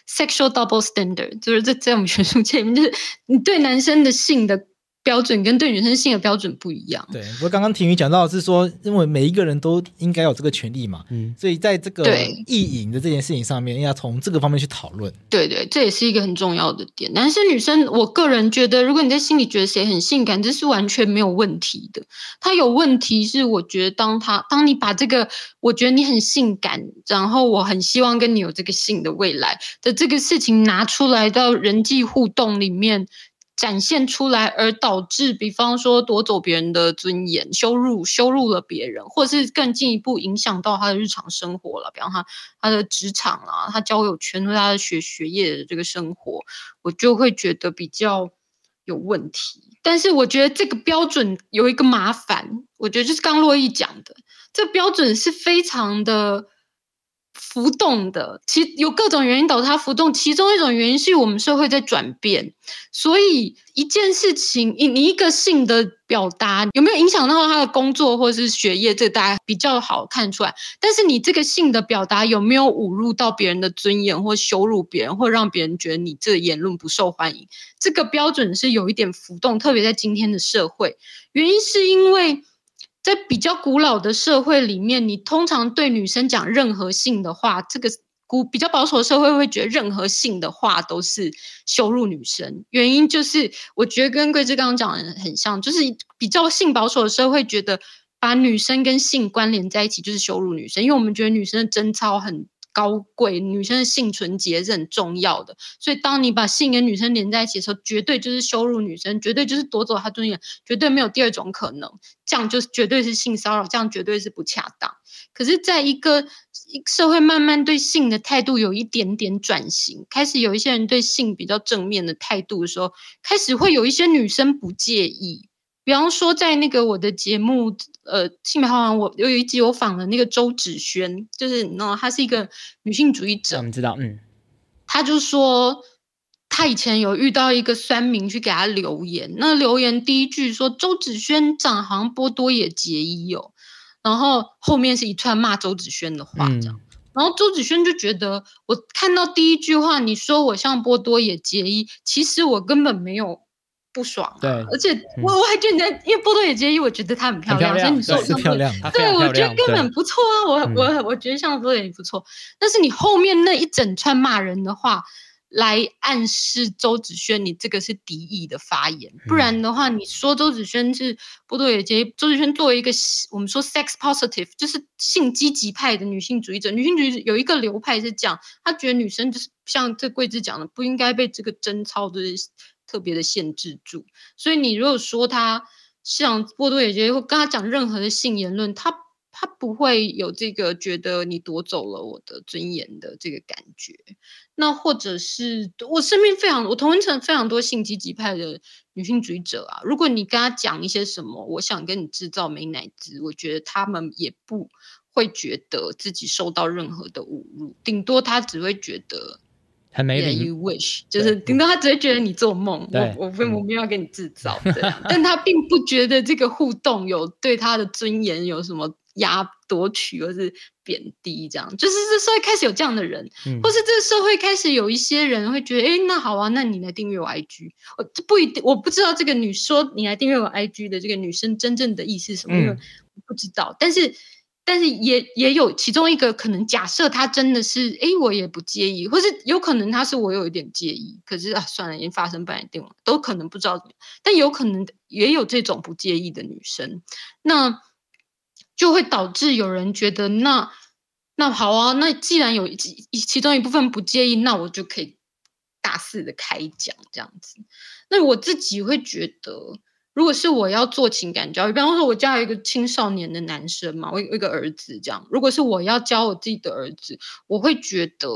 sexual double standard，就是这在我们学术界里面，就是你对男生的性的标准跟对女生性的标准不一样。
[LAUGHS] 对，不过刚刚婷宇讲到的是说，因为每一个人都应该有这个权利嘛，
嗯，
所以在这个
对
意淫的这件事情上面，要从这个方面去讨论。
对对，这也是一个很重要的点。男生女生，我个人觉得，如果你在心里觉得谁很性感，这是完全没有问题的。他有问题是，我觉得当他当你把这个我觉得你很性感，然后我很希望跟你有这个性的未来的这个事情拿出来到人际互动里面展现出来，而导致比方说夺走别人的尊严、羞辱羞辱了别人，或是更进一步影响到他的日常生活了，比方他他的职场啊，他交友圈或他的学学业的这个生活，我就会觉得比较有问题。但是我觉得这个标准有一个麻烦，我觉得就是刚洛毅讲的，这标准是非常的浮动的，其有各种原因导致它浮动，其中一种原因是我们社会在转变，所以一件事情，你你一个性的表达有没有影响到他的工作或是学业，这大家比较好看出来。但是你这个性的表达有没有侮辱到别人的尊严，或羞辱别人，或让别人觉得你这言论不受欢迎，这个标准是有一点浮动，特别在今天的社会，原因是因为。在比较古老的社会里面，你通常对女生讲任何性的话，这个古比较保守的社会会觉得任何性的话都是羞辱女生。原因就是我觉得跟桂枝刚刚讲的很像，就是比较性保守的社会觉得把女生跟性关联在一起就是羞辱女生，因为我们觉得女生的贞操很高贵，女生的性纯洁是很重要的。所以当你把性跟女生连在一起的时候，绝对就是羞辱女生，绝对就是夺走她尊严，绝对没有第二种可能。这样就是绝对是性骚扰，这样绝对是不恰当。可是，在一个社会慢慢对性的态度有一点点转型，开始有一些人对性比较正面的态度的时候，开始会有一些女生不介意。比方说，在那个我的节目，呃，性别好玩，我有一集我访了那个周芷萱，就是你知道，她是一个女性主义
这我
者，
们知道，嗯，
她就说。她以前有遇到一个酸民去给她留言，那留言第一句说周芷萱长好像波多野结衣哦，然后后面是一串骂周芷萱的话，这样。
嗯，
然后周子轩就觉得，我看到第一句话，你说我像波多野结衣，其实我根本没有不爽、啊，
对
而且我我还觉得你在，因为波多野结衣，我觉得她很漂亮，
很漂亮
所以你
是
说我像
漂
波
亮的。
她非
对，
常
我
漂
觉
亮
得根本不错啊，我
嗯
我我觉得像波多也不错，但是你后面那一整串骂人的话，来暗示周子轩你这个是敌意的发言，不然的话，你说周子轩是波多野结衣，周子轩作为一个我们说 sex positive，就是性积极派的女性主义者，女性主义者有一个流派是讲，她觉得女生就是像这桂枝讲的，不应该被这个贞操就是特别的限制住，所以你如果说他像波多野结衣或跟他讲任何的性言论，他他不会有这个觉得你夺走了我的尊严的这个感觉。那或者是我身边非常我同温层非常多性积极派的女性主义者啊，如果你跟他讲一些什么，我想跟你制造美乃滋，我觉得他们也不会觉得自己受到任何的侮辱，顶多他只会觉得
很美
Yeah,
丽，
you wish，就
对嗯
是顶多他只会觉得你做梦，
对
我我不
嗯
我没有要给你
[LAUGHS]
制造这样，但他并不觉得这个互动有对他的尊严有什么压夺取或是贬低这样，就是这社会开始有这样的人，
嗯
或是这个社会开始有一些人会觉得，哎、那好啊，那你来订阅我 IG，我这呃不一定，我不知道这个女说你来订阅我 IG 的这个女生真正的意思是什么，因为
嗯
我不知道，但是。但是也也有其中一个可能，假设他真的是，诶，我也不介意，或是有可能他是我有一点介意，可是啊，算了，已经发生半年定了，都可能不知道怎么样，但有可能也有这种不介意的女生，那就会导致有人觉得，那那好啊，那既然有其其中一部分不介意，那我就可以大肆的开讲这样子。那我自己会觉得，如果是我要做情感教育，比方说我家有一个青少年的男生嘛，我有一个儿子这样，如果是我要教我自己的儿子，我会觉得，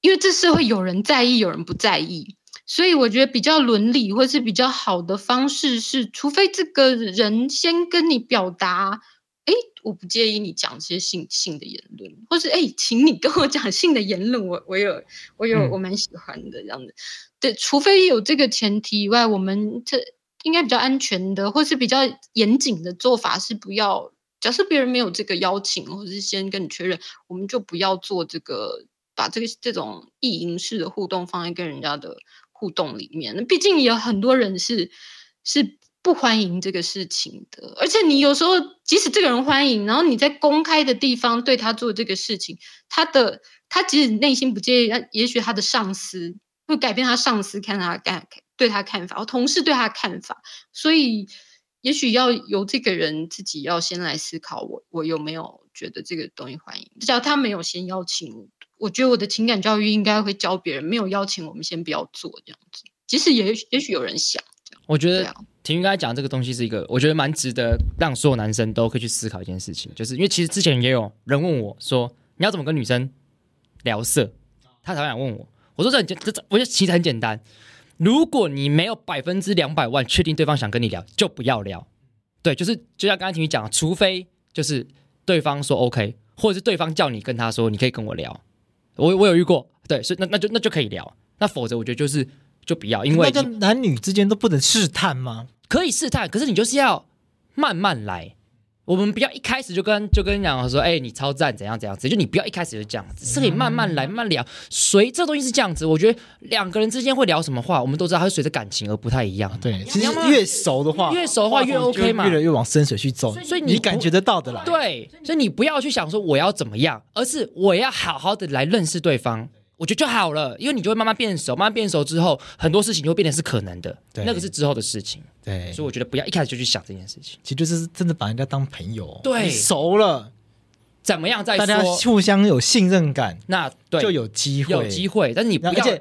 因为这社会有人在意，有人不在意。所以我觉得比较伦理或是比较好的方式是，除非这个人先跟你表达，哎，我不介意你讲这些性性的言论，或是哎，诶请你跟我讲性的言论，我我有我有
嗯
我蛮喜欢的这样子。对，除非有这个前提以外，我们这应该比较安全的，或是比较严谨的做法是不要。假设别人没有这个邀请，或是先跟你确认，我们就不要做这个，把这个这种意淫式的互动放在跟人家的互动里面。那毕竟也有很多人是是不欢迎这个事情的，而且你有时候即使这个人欢迎，然后你在公开的地方对他做这个事情，他的他即使内心不介意，但也许他的上司会改变他上司看他看对他看法，或同事对他的看法，所以也许要由这个人自己要先来思考我，我有没有觉得这个东西欢迎？只要他没有先邀请我，我觉得我的情感教育应该会教别人，没有邀请我们先不要做这样子。即使也许也许有人想，
我觉
对
得
啊，
婷云刚才讲这个东西是一个，我觉得蛮值得让所有男生都可以去思考一件事情，就是因为其实之前也有人问我说，你要怎么跟女生聊色？他才想问我，我说这很简，这这我觉得其实很简单。如果你没有百分之两百万确定对方想跟你聊，就不要聊。对，就是就像刚才婷宇讲的，除非就是对方说 OK，或者是对方叫你跟他说，你可以跟我聊。我我有遇过，对，所以那那就那就可以聊。那否则我觉得就是就不要，因为
那就男女之间都不能试探吗？
可以试探，可是你就是要慢慢来。我们不要一开始就跟就跟你讲说，哎、你超赞，怎样怎样子，就你不要一开始就这样子，是可以慢慢
嗯
来，慢慢聊。随这东西是这样子，我觉得两个人之间会聊什么话，我们都知道，它会随着感情而不太一样。
对，其实
要么
越熟的话，
越熟的话越 OK 嘛
越来越往深水去走，
所以你
你感觉得到的啦。
对，所以你不要去想说我要怎么样，而是我要好好的来认识对方，我觉得就好了，因为你就会慢慢变熟，慢慢变熟之后，很多事情就会变得是可能的，
对
那个是之后的事情。
对，
所以我觉得不要一开始就去想这件事情，
其实就是真的把人家当朋友，
对
熟了，
怎么样再
大家
说。
互相有信任感，
那对，
就有机会，
有机会，但是你不
然后
要
而，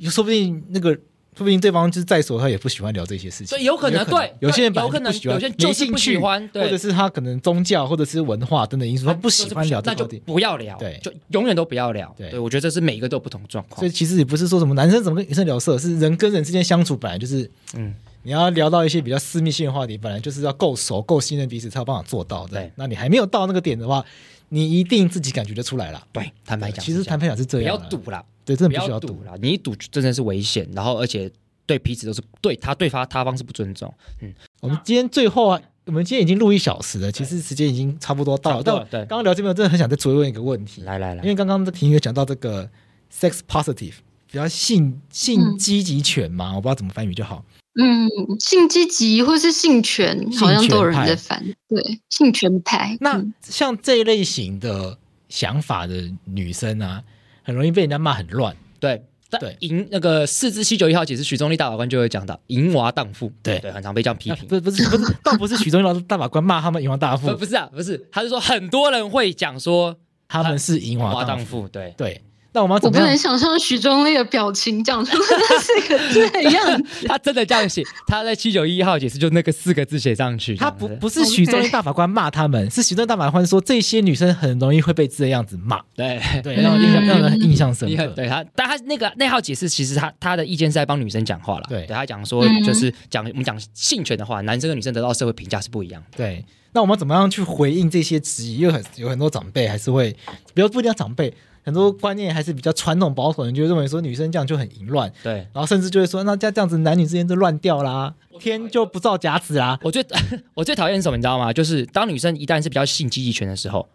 且说不定那个，说不定对方就是在所他也不喜欢聊这些事情，
所以有可能对
有些人
对
本来
有
就
可能
不喜欢，
有些人就
没
是
兴
不
趣
喜欢，
或者
对，
是他可能宗教或者是文化等等因素，他不喜欢聊这
那
个
就
话题。
不要聊，
对
就永远都不要聊。
对
对，我觉得这是每一个都有不同的状况
所以。其实也不是说什么男生怎么跟女生聊色，是人跟人之间相处本来就是，
嗯
嗯，你要聊到一些比较私密性的话题，本来就是要够熟、够信任彼此才有办法做到的
对。
那你还没有到那个点的话，你一定自己感觉得出来了。
对，坦白讲是
其
这样，
实坦白讲是
不
这
要
样啦，
赌啦，
对，真
不
的必须
要
要
赌
赌。
啦，你一赌真的是危险，然后而且对彼此都是对他对方他方是不尊重。嗯
我们今天最后啊，我们今天已经录一小时了，其实时间已经差不多到
差
了。
不多
但
了
我
对
刚刚聊这边，我真的很想再追问一个问题，
来来来
因，为刚刚的婷有讲到这个 sex positive，比较性性
嗯
积极权嘛，我不知道怎么翻译就好。
嗯，性积极或是性权，好像都有人在翻。对，性权派。
那
嗯
像这一类型的想法的女生啊，很容易被人家骂很乱。
对。但
对
赢那个四至七九一号解是许宗力大法官就会讲到淫娃荡妇，
对
对，很常被这样批
啊
评。
[LAUGHS] 不是不是不是，倒不是许宗元大法官骂他们淫王大
不
夫，
不是啊，不是，他是说很多人会讲说
他们是淫
娃
王
荡
大夫。
妇，对，
对，那我们要
我
怎
不
么
能
样？
想象许宗力的表情讲出那是个 [LAUGHS] 这样。
[LAUGHS] 他真的这样写，他在七九一号解释就那个四个字写上去，
他不
这样子
不是许宗元大法官骂他们，是许宗元大法官说这些女生很容易会被这样子骂。
对
对，让人印象
嗯
让人印象深
你很
刻。
对他，但他那个那号解释，其实他他的意见是在帮女生讲话了。
对
他讲说
嗯
就是讲、我们讲性权的话，男生跟女生得到社会评价是不一样的。
对，那我们怎么样去回应这些质疑？因为很有很多长辈还是会，比如不一定要长辈，很多观念还是比较传统保守的人，就认为说女生这样就很淫乱，
对，
然后甚至就会说，那这样这样子男女之间就乱掉啦，天就不造假子啦。
我最 [LAUGHS] 我最讨厌是什么，你知道吗？就是当女生一旦是比较性积极权的时候，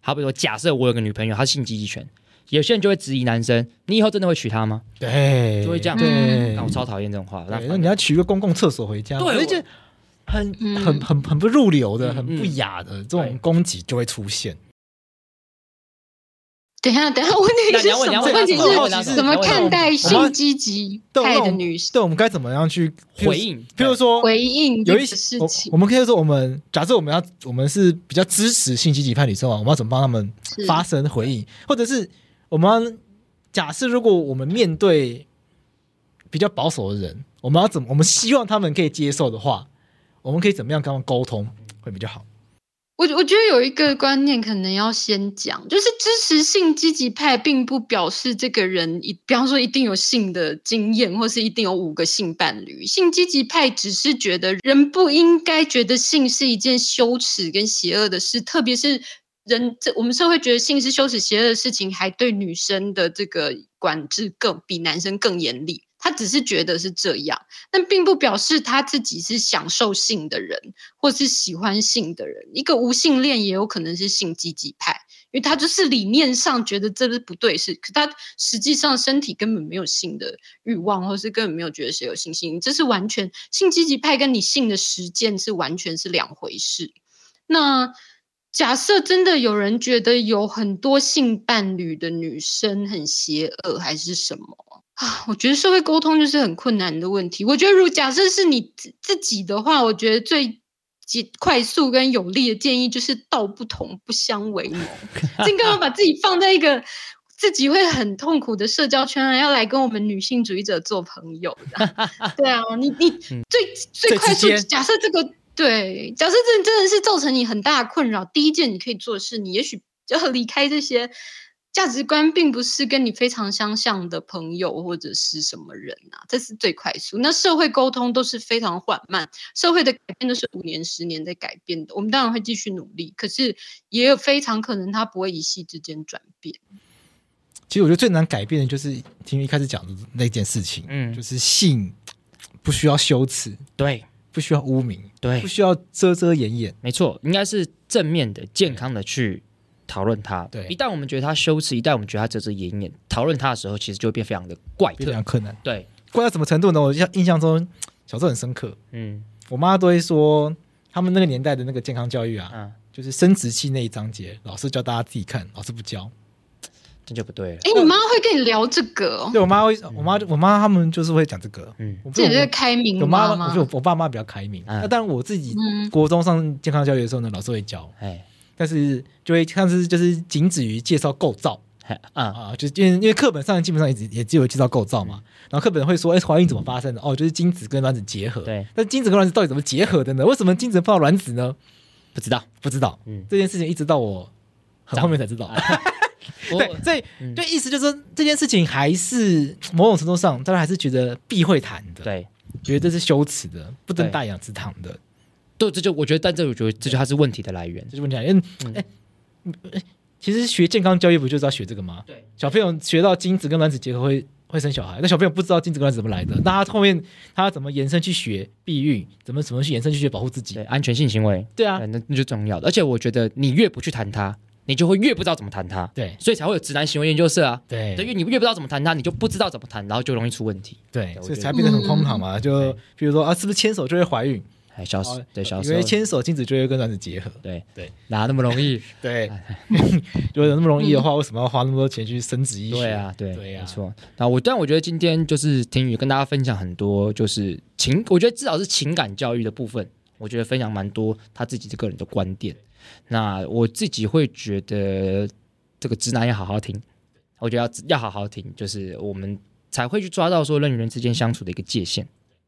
好比说假设我有个女朋友，她性积极权，有些人就会质疑男生，你以后真的会娶她吗？
对，
就会这样
对
那，我超讨厌这种话。那
对那你要取一个公共厕所回家，
对
而且很
嗯
很很很不入流的、
嗯
很不雅的这
对
种攻击就会出现。
等一下，等一下，问题
那
是
你要问
什
你要
么？
问
问
他
题
什嗯么
问题
是
是
怎么
我要
看
问
待
我要
性积极
对
派
那
的
我
女生
对，我们该怎么样去
回？应，
譬如譬如说，
回应这
有一
个
些
事
我
情
我？们可以说，我们假设我们要我们是比较支持性积极派女生啊，我们要怎么帮他们
是
发声回应，或者是我们要假设如果我们面对比较保守的人，我们要怎么我们希望他们可以接受的话，我们可以怎么样跟他们沟通会比较好？
我我觉得有一个观念可能要先讲，就是支持性积极派，并不表示这个人一，比方说一定有性的经验，或是一定有五个性伴侣。性积极派只是觉得人不应该觉得性是一件羞耻跟邪恶的事，特别是人这我们社会觉得性是羞耻邪恶的事情，还对女生的这个管制更比男生更严厉。他只是觉得是这样，但并不表示他自己是享受性的人。或是喜欢性的人，一个无性恋也有可能是性积极派，因为他就是理念上觉得这是不对事，可他实际上身体根本没有性的欲望，或是根本没有觉得谁有性吸引，这是完全性积极派跟你性的实践是完全是两回事。那假设真的有人觉得有很多性伴侣的女生很邪恶，还是什么？啊，我觉得社会沟通就是很困难的问题。我觉得，如假设是你自自己的话，我觉得最简快速跟有力的建议就是道不同不相为谋。
[LAUGHS]
尽量把自己放在一个自己会很痛苦的社交圈，要来跟我们女性主义者做朋
[LAUGHS]
友的。对啊，你你最最
嗯最
快速
直接，
假设这个对，假设这真的是造成你很大的困扰，第一件你可以做的事，你也许就要离开这些价值观并不是跟你非常相像的朋友或者是什么人啊，这是最快速。那社会沟通都是非常缓慢，社会的改变都是五年、十年在改变的。我们当然会继续努力，可是也有非常可能它不会一夕之间转变。
其实我觉得最难改变的就是听一开始讲的那件事情，
嗯
就是性不需要羞耻，
对
不需要污名，
对
不，需要遮遮掩掩。
没错，应该是正面的、健康的去讨论它。
对
一旦我们觉得它羞耻，一旦我们觉得它遮遮掩掩，讨论它的时候，其实就会变非常的怪
非
特
常。困难，
对，
怪到什么程度呢？我印象印象中，小时候很深刻，
嗯
我妈都会说，他们那个年代的那个健康教育啊，
嗯，
就是生殖器那一章节，老师教大家自己看，老师不
哦
教。
这就不对了。
哎，你妈会跟你聊这个哦？
对我妈会，我妈就我妈他们就是会讲这个。
嗯
我不
这也是
我
开明
我
妈
妈，我
吗
觉？得我爸妈比较开明。
嗯
那当然我自己
嗯
国中上健康教育的时候呢，老师会教，
哎
但是就会但是就是仅止于介绍构造
嘿啊，
啊，就是因为因为课本上基本上也只也只有介绍构造嘛。
嗯
然后课本会说，哎，怀孕怎么发生的？哦，就是精子跟卵子结合。
对，
但精子跟卵子到底怎么结合的呢？为什么精子碰到卵子呢？
不知道。
不知道。
嗯，
这件事情一直到我很后面才知道。[LAUGHS]
我
对，所以、
嗯
对意思就是说这件事情还是某种程度上，大家还是觉得避讳谈的，，
对
觉得这是羞耻的，不登
对
大雅之堂的，
对，这就我觉得，但这我觉得这就它是问题的来源
这。是问题啊。因为
嗯
哎、哎其实学健康教育不就是要学这个吗？
对，
小朋友学到精子跟卵子结合会会生小孩，那小朋友不知道精子跟卵子怎么
嗯
来的，那他后面他怎么延伸去学避孕，怎么怎么去延伸去学保护自己？
对，安全性行为，
对啊
对，，那那就重要的。而且我觉得，你越不去谈它，你就会越不知道怎么谈它，
对
所以才会有直男行为研究社啊。
对
对，因为你越不知道怎么谈它，你就不知道怎么谈，然后就容易出问题。
对，
我
所以
觉
才
得嗯
变得很荒唐嘛。就比如说啊，是不是牵手就会怀孕？
哎，小时
哦
对小
因
时候
为，牵手精子就会跟卵子结合。
对
对，
哪那么容
[LAUGHS]
易？
对，如果有那么容易的话，为什么要花那么多钱去升职医学？
对啊，对，
对啊
没错。那我但我觉得今天就是婷宇跟大家分享很多，就是情，我觉得至少是情感教育的部分，我觉得分享蛮多他自己这个人的观点。那我自己会觉得这个直男要好好听，我觉得要要好好听，就是我们才会去抓到说人与人之间相处的一个界限，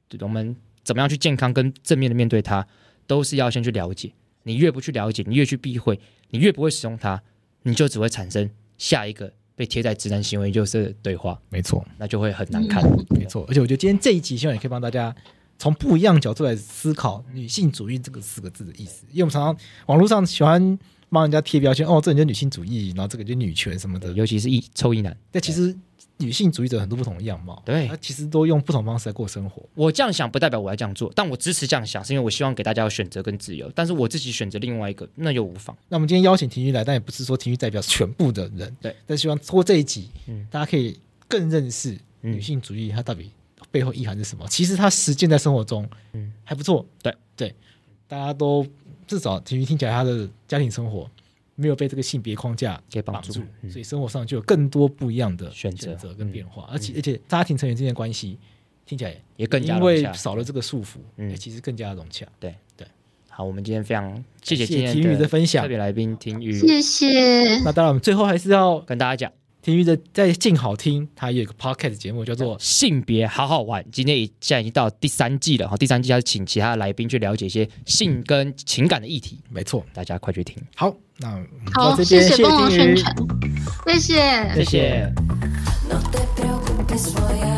对，我们怎么样去健康跟正面的面对它，都是要先去了解。你越不去了解，你越去避讳，你越不会使用它，你就只会产生下一个被贴在直男行为就是对话，
没错，
那就会很难看。
没错。而且我觉得今天这一集，希望也可以帮大家从不一样角度来思考“女性主义”这个四个字的意思。因为我们常常网络上喜欢帮人家贴标签，哦，这人就是女性主义，然后这个就是女权什么的。
尤其是一臭一男，
但其实女性主义者很多不同的样貌，
对
她其实都用不同方式来过生活。
我这样想不代表我要这样做，但我支持这样想，是因为我希望给大家有选择跟自由。但是我自己选择另外一个，那又无妨。
那我们今天邀请体育来，但也不是说体育代表全部的人，
对。
但希望通过这一集，
嗯
大家可以更认识
嗯
女性主义它到底背后意涵是什么。其实它实践在生活中，
嗯
还不错。
对
对，大家都至少体育听起来他的家庭生活没有被这个性别框架
给绑
绑
住
住，
嗯
所以生活上就有更多不一样的
选择
择跟变化，而且而且家庭成员之间的关系听起来
也更加
因
融
为
洽
少了这个束缚，
嗯
哎其实更加融洽。
好，我们今天非常谢谢
感谢
今天
婷宇的分享
特别来宾婷宇
谢谢，
那当然，我们最后还是要
跟大家讲。
体育的在静好听，它也有一个 podcast 节目叫做
性别好好玩，今天已现在已经到第三季了哈，第三季要请其他的来宾去了解一些性跟情感的议题，
没错。
大家快去听，
好，那我们到
好，
这
谢
边，
谢帮我
丁
宣
鱼
传，谢谢。
谢谢
No te preocupes, voy a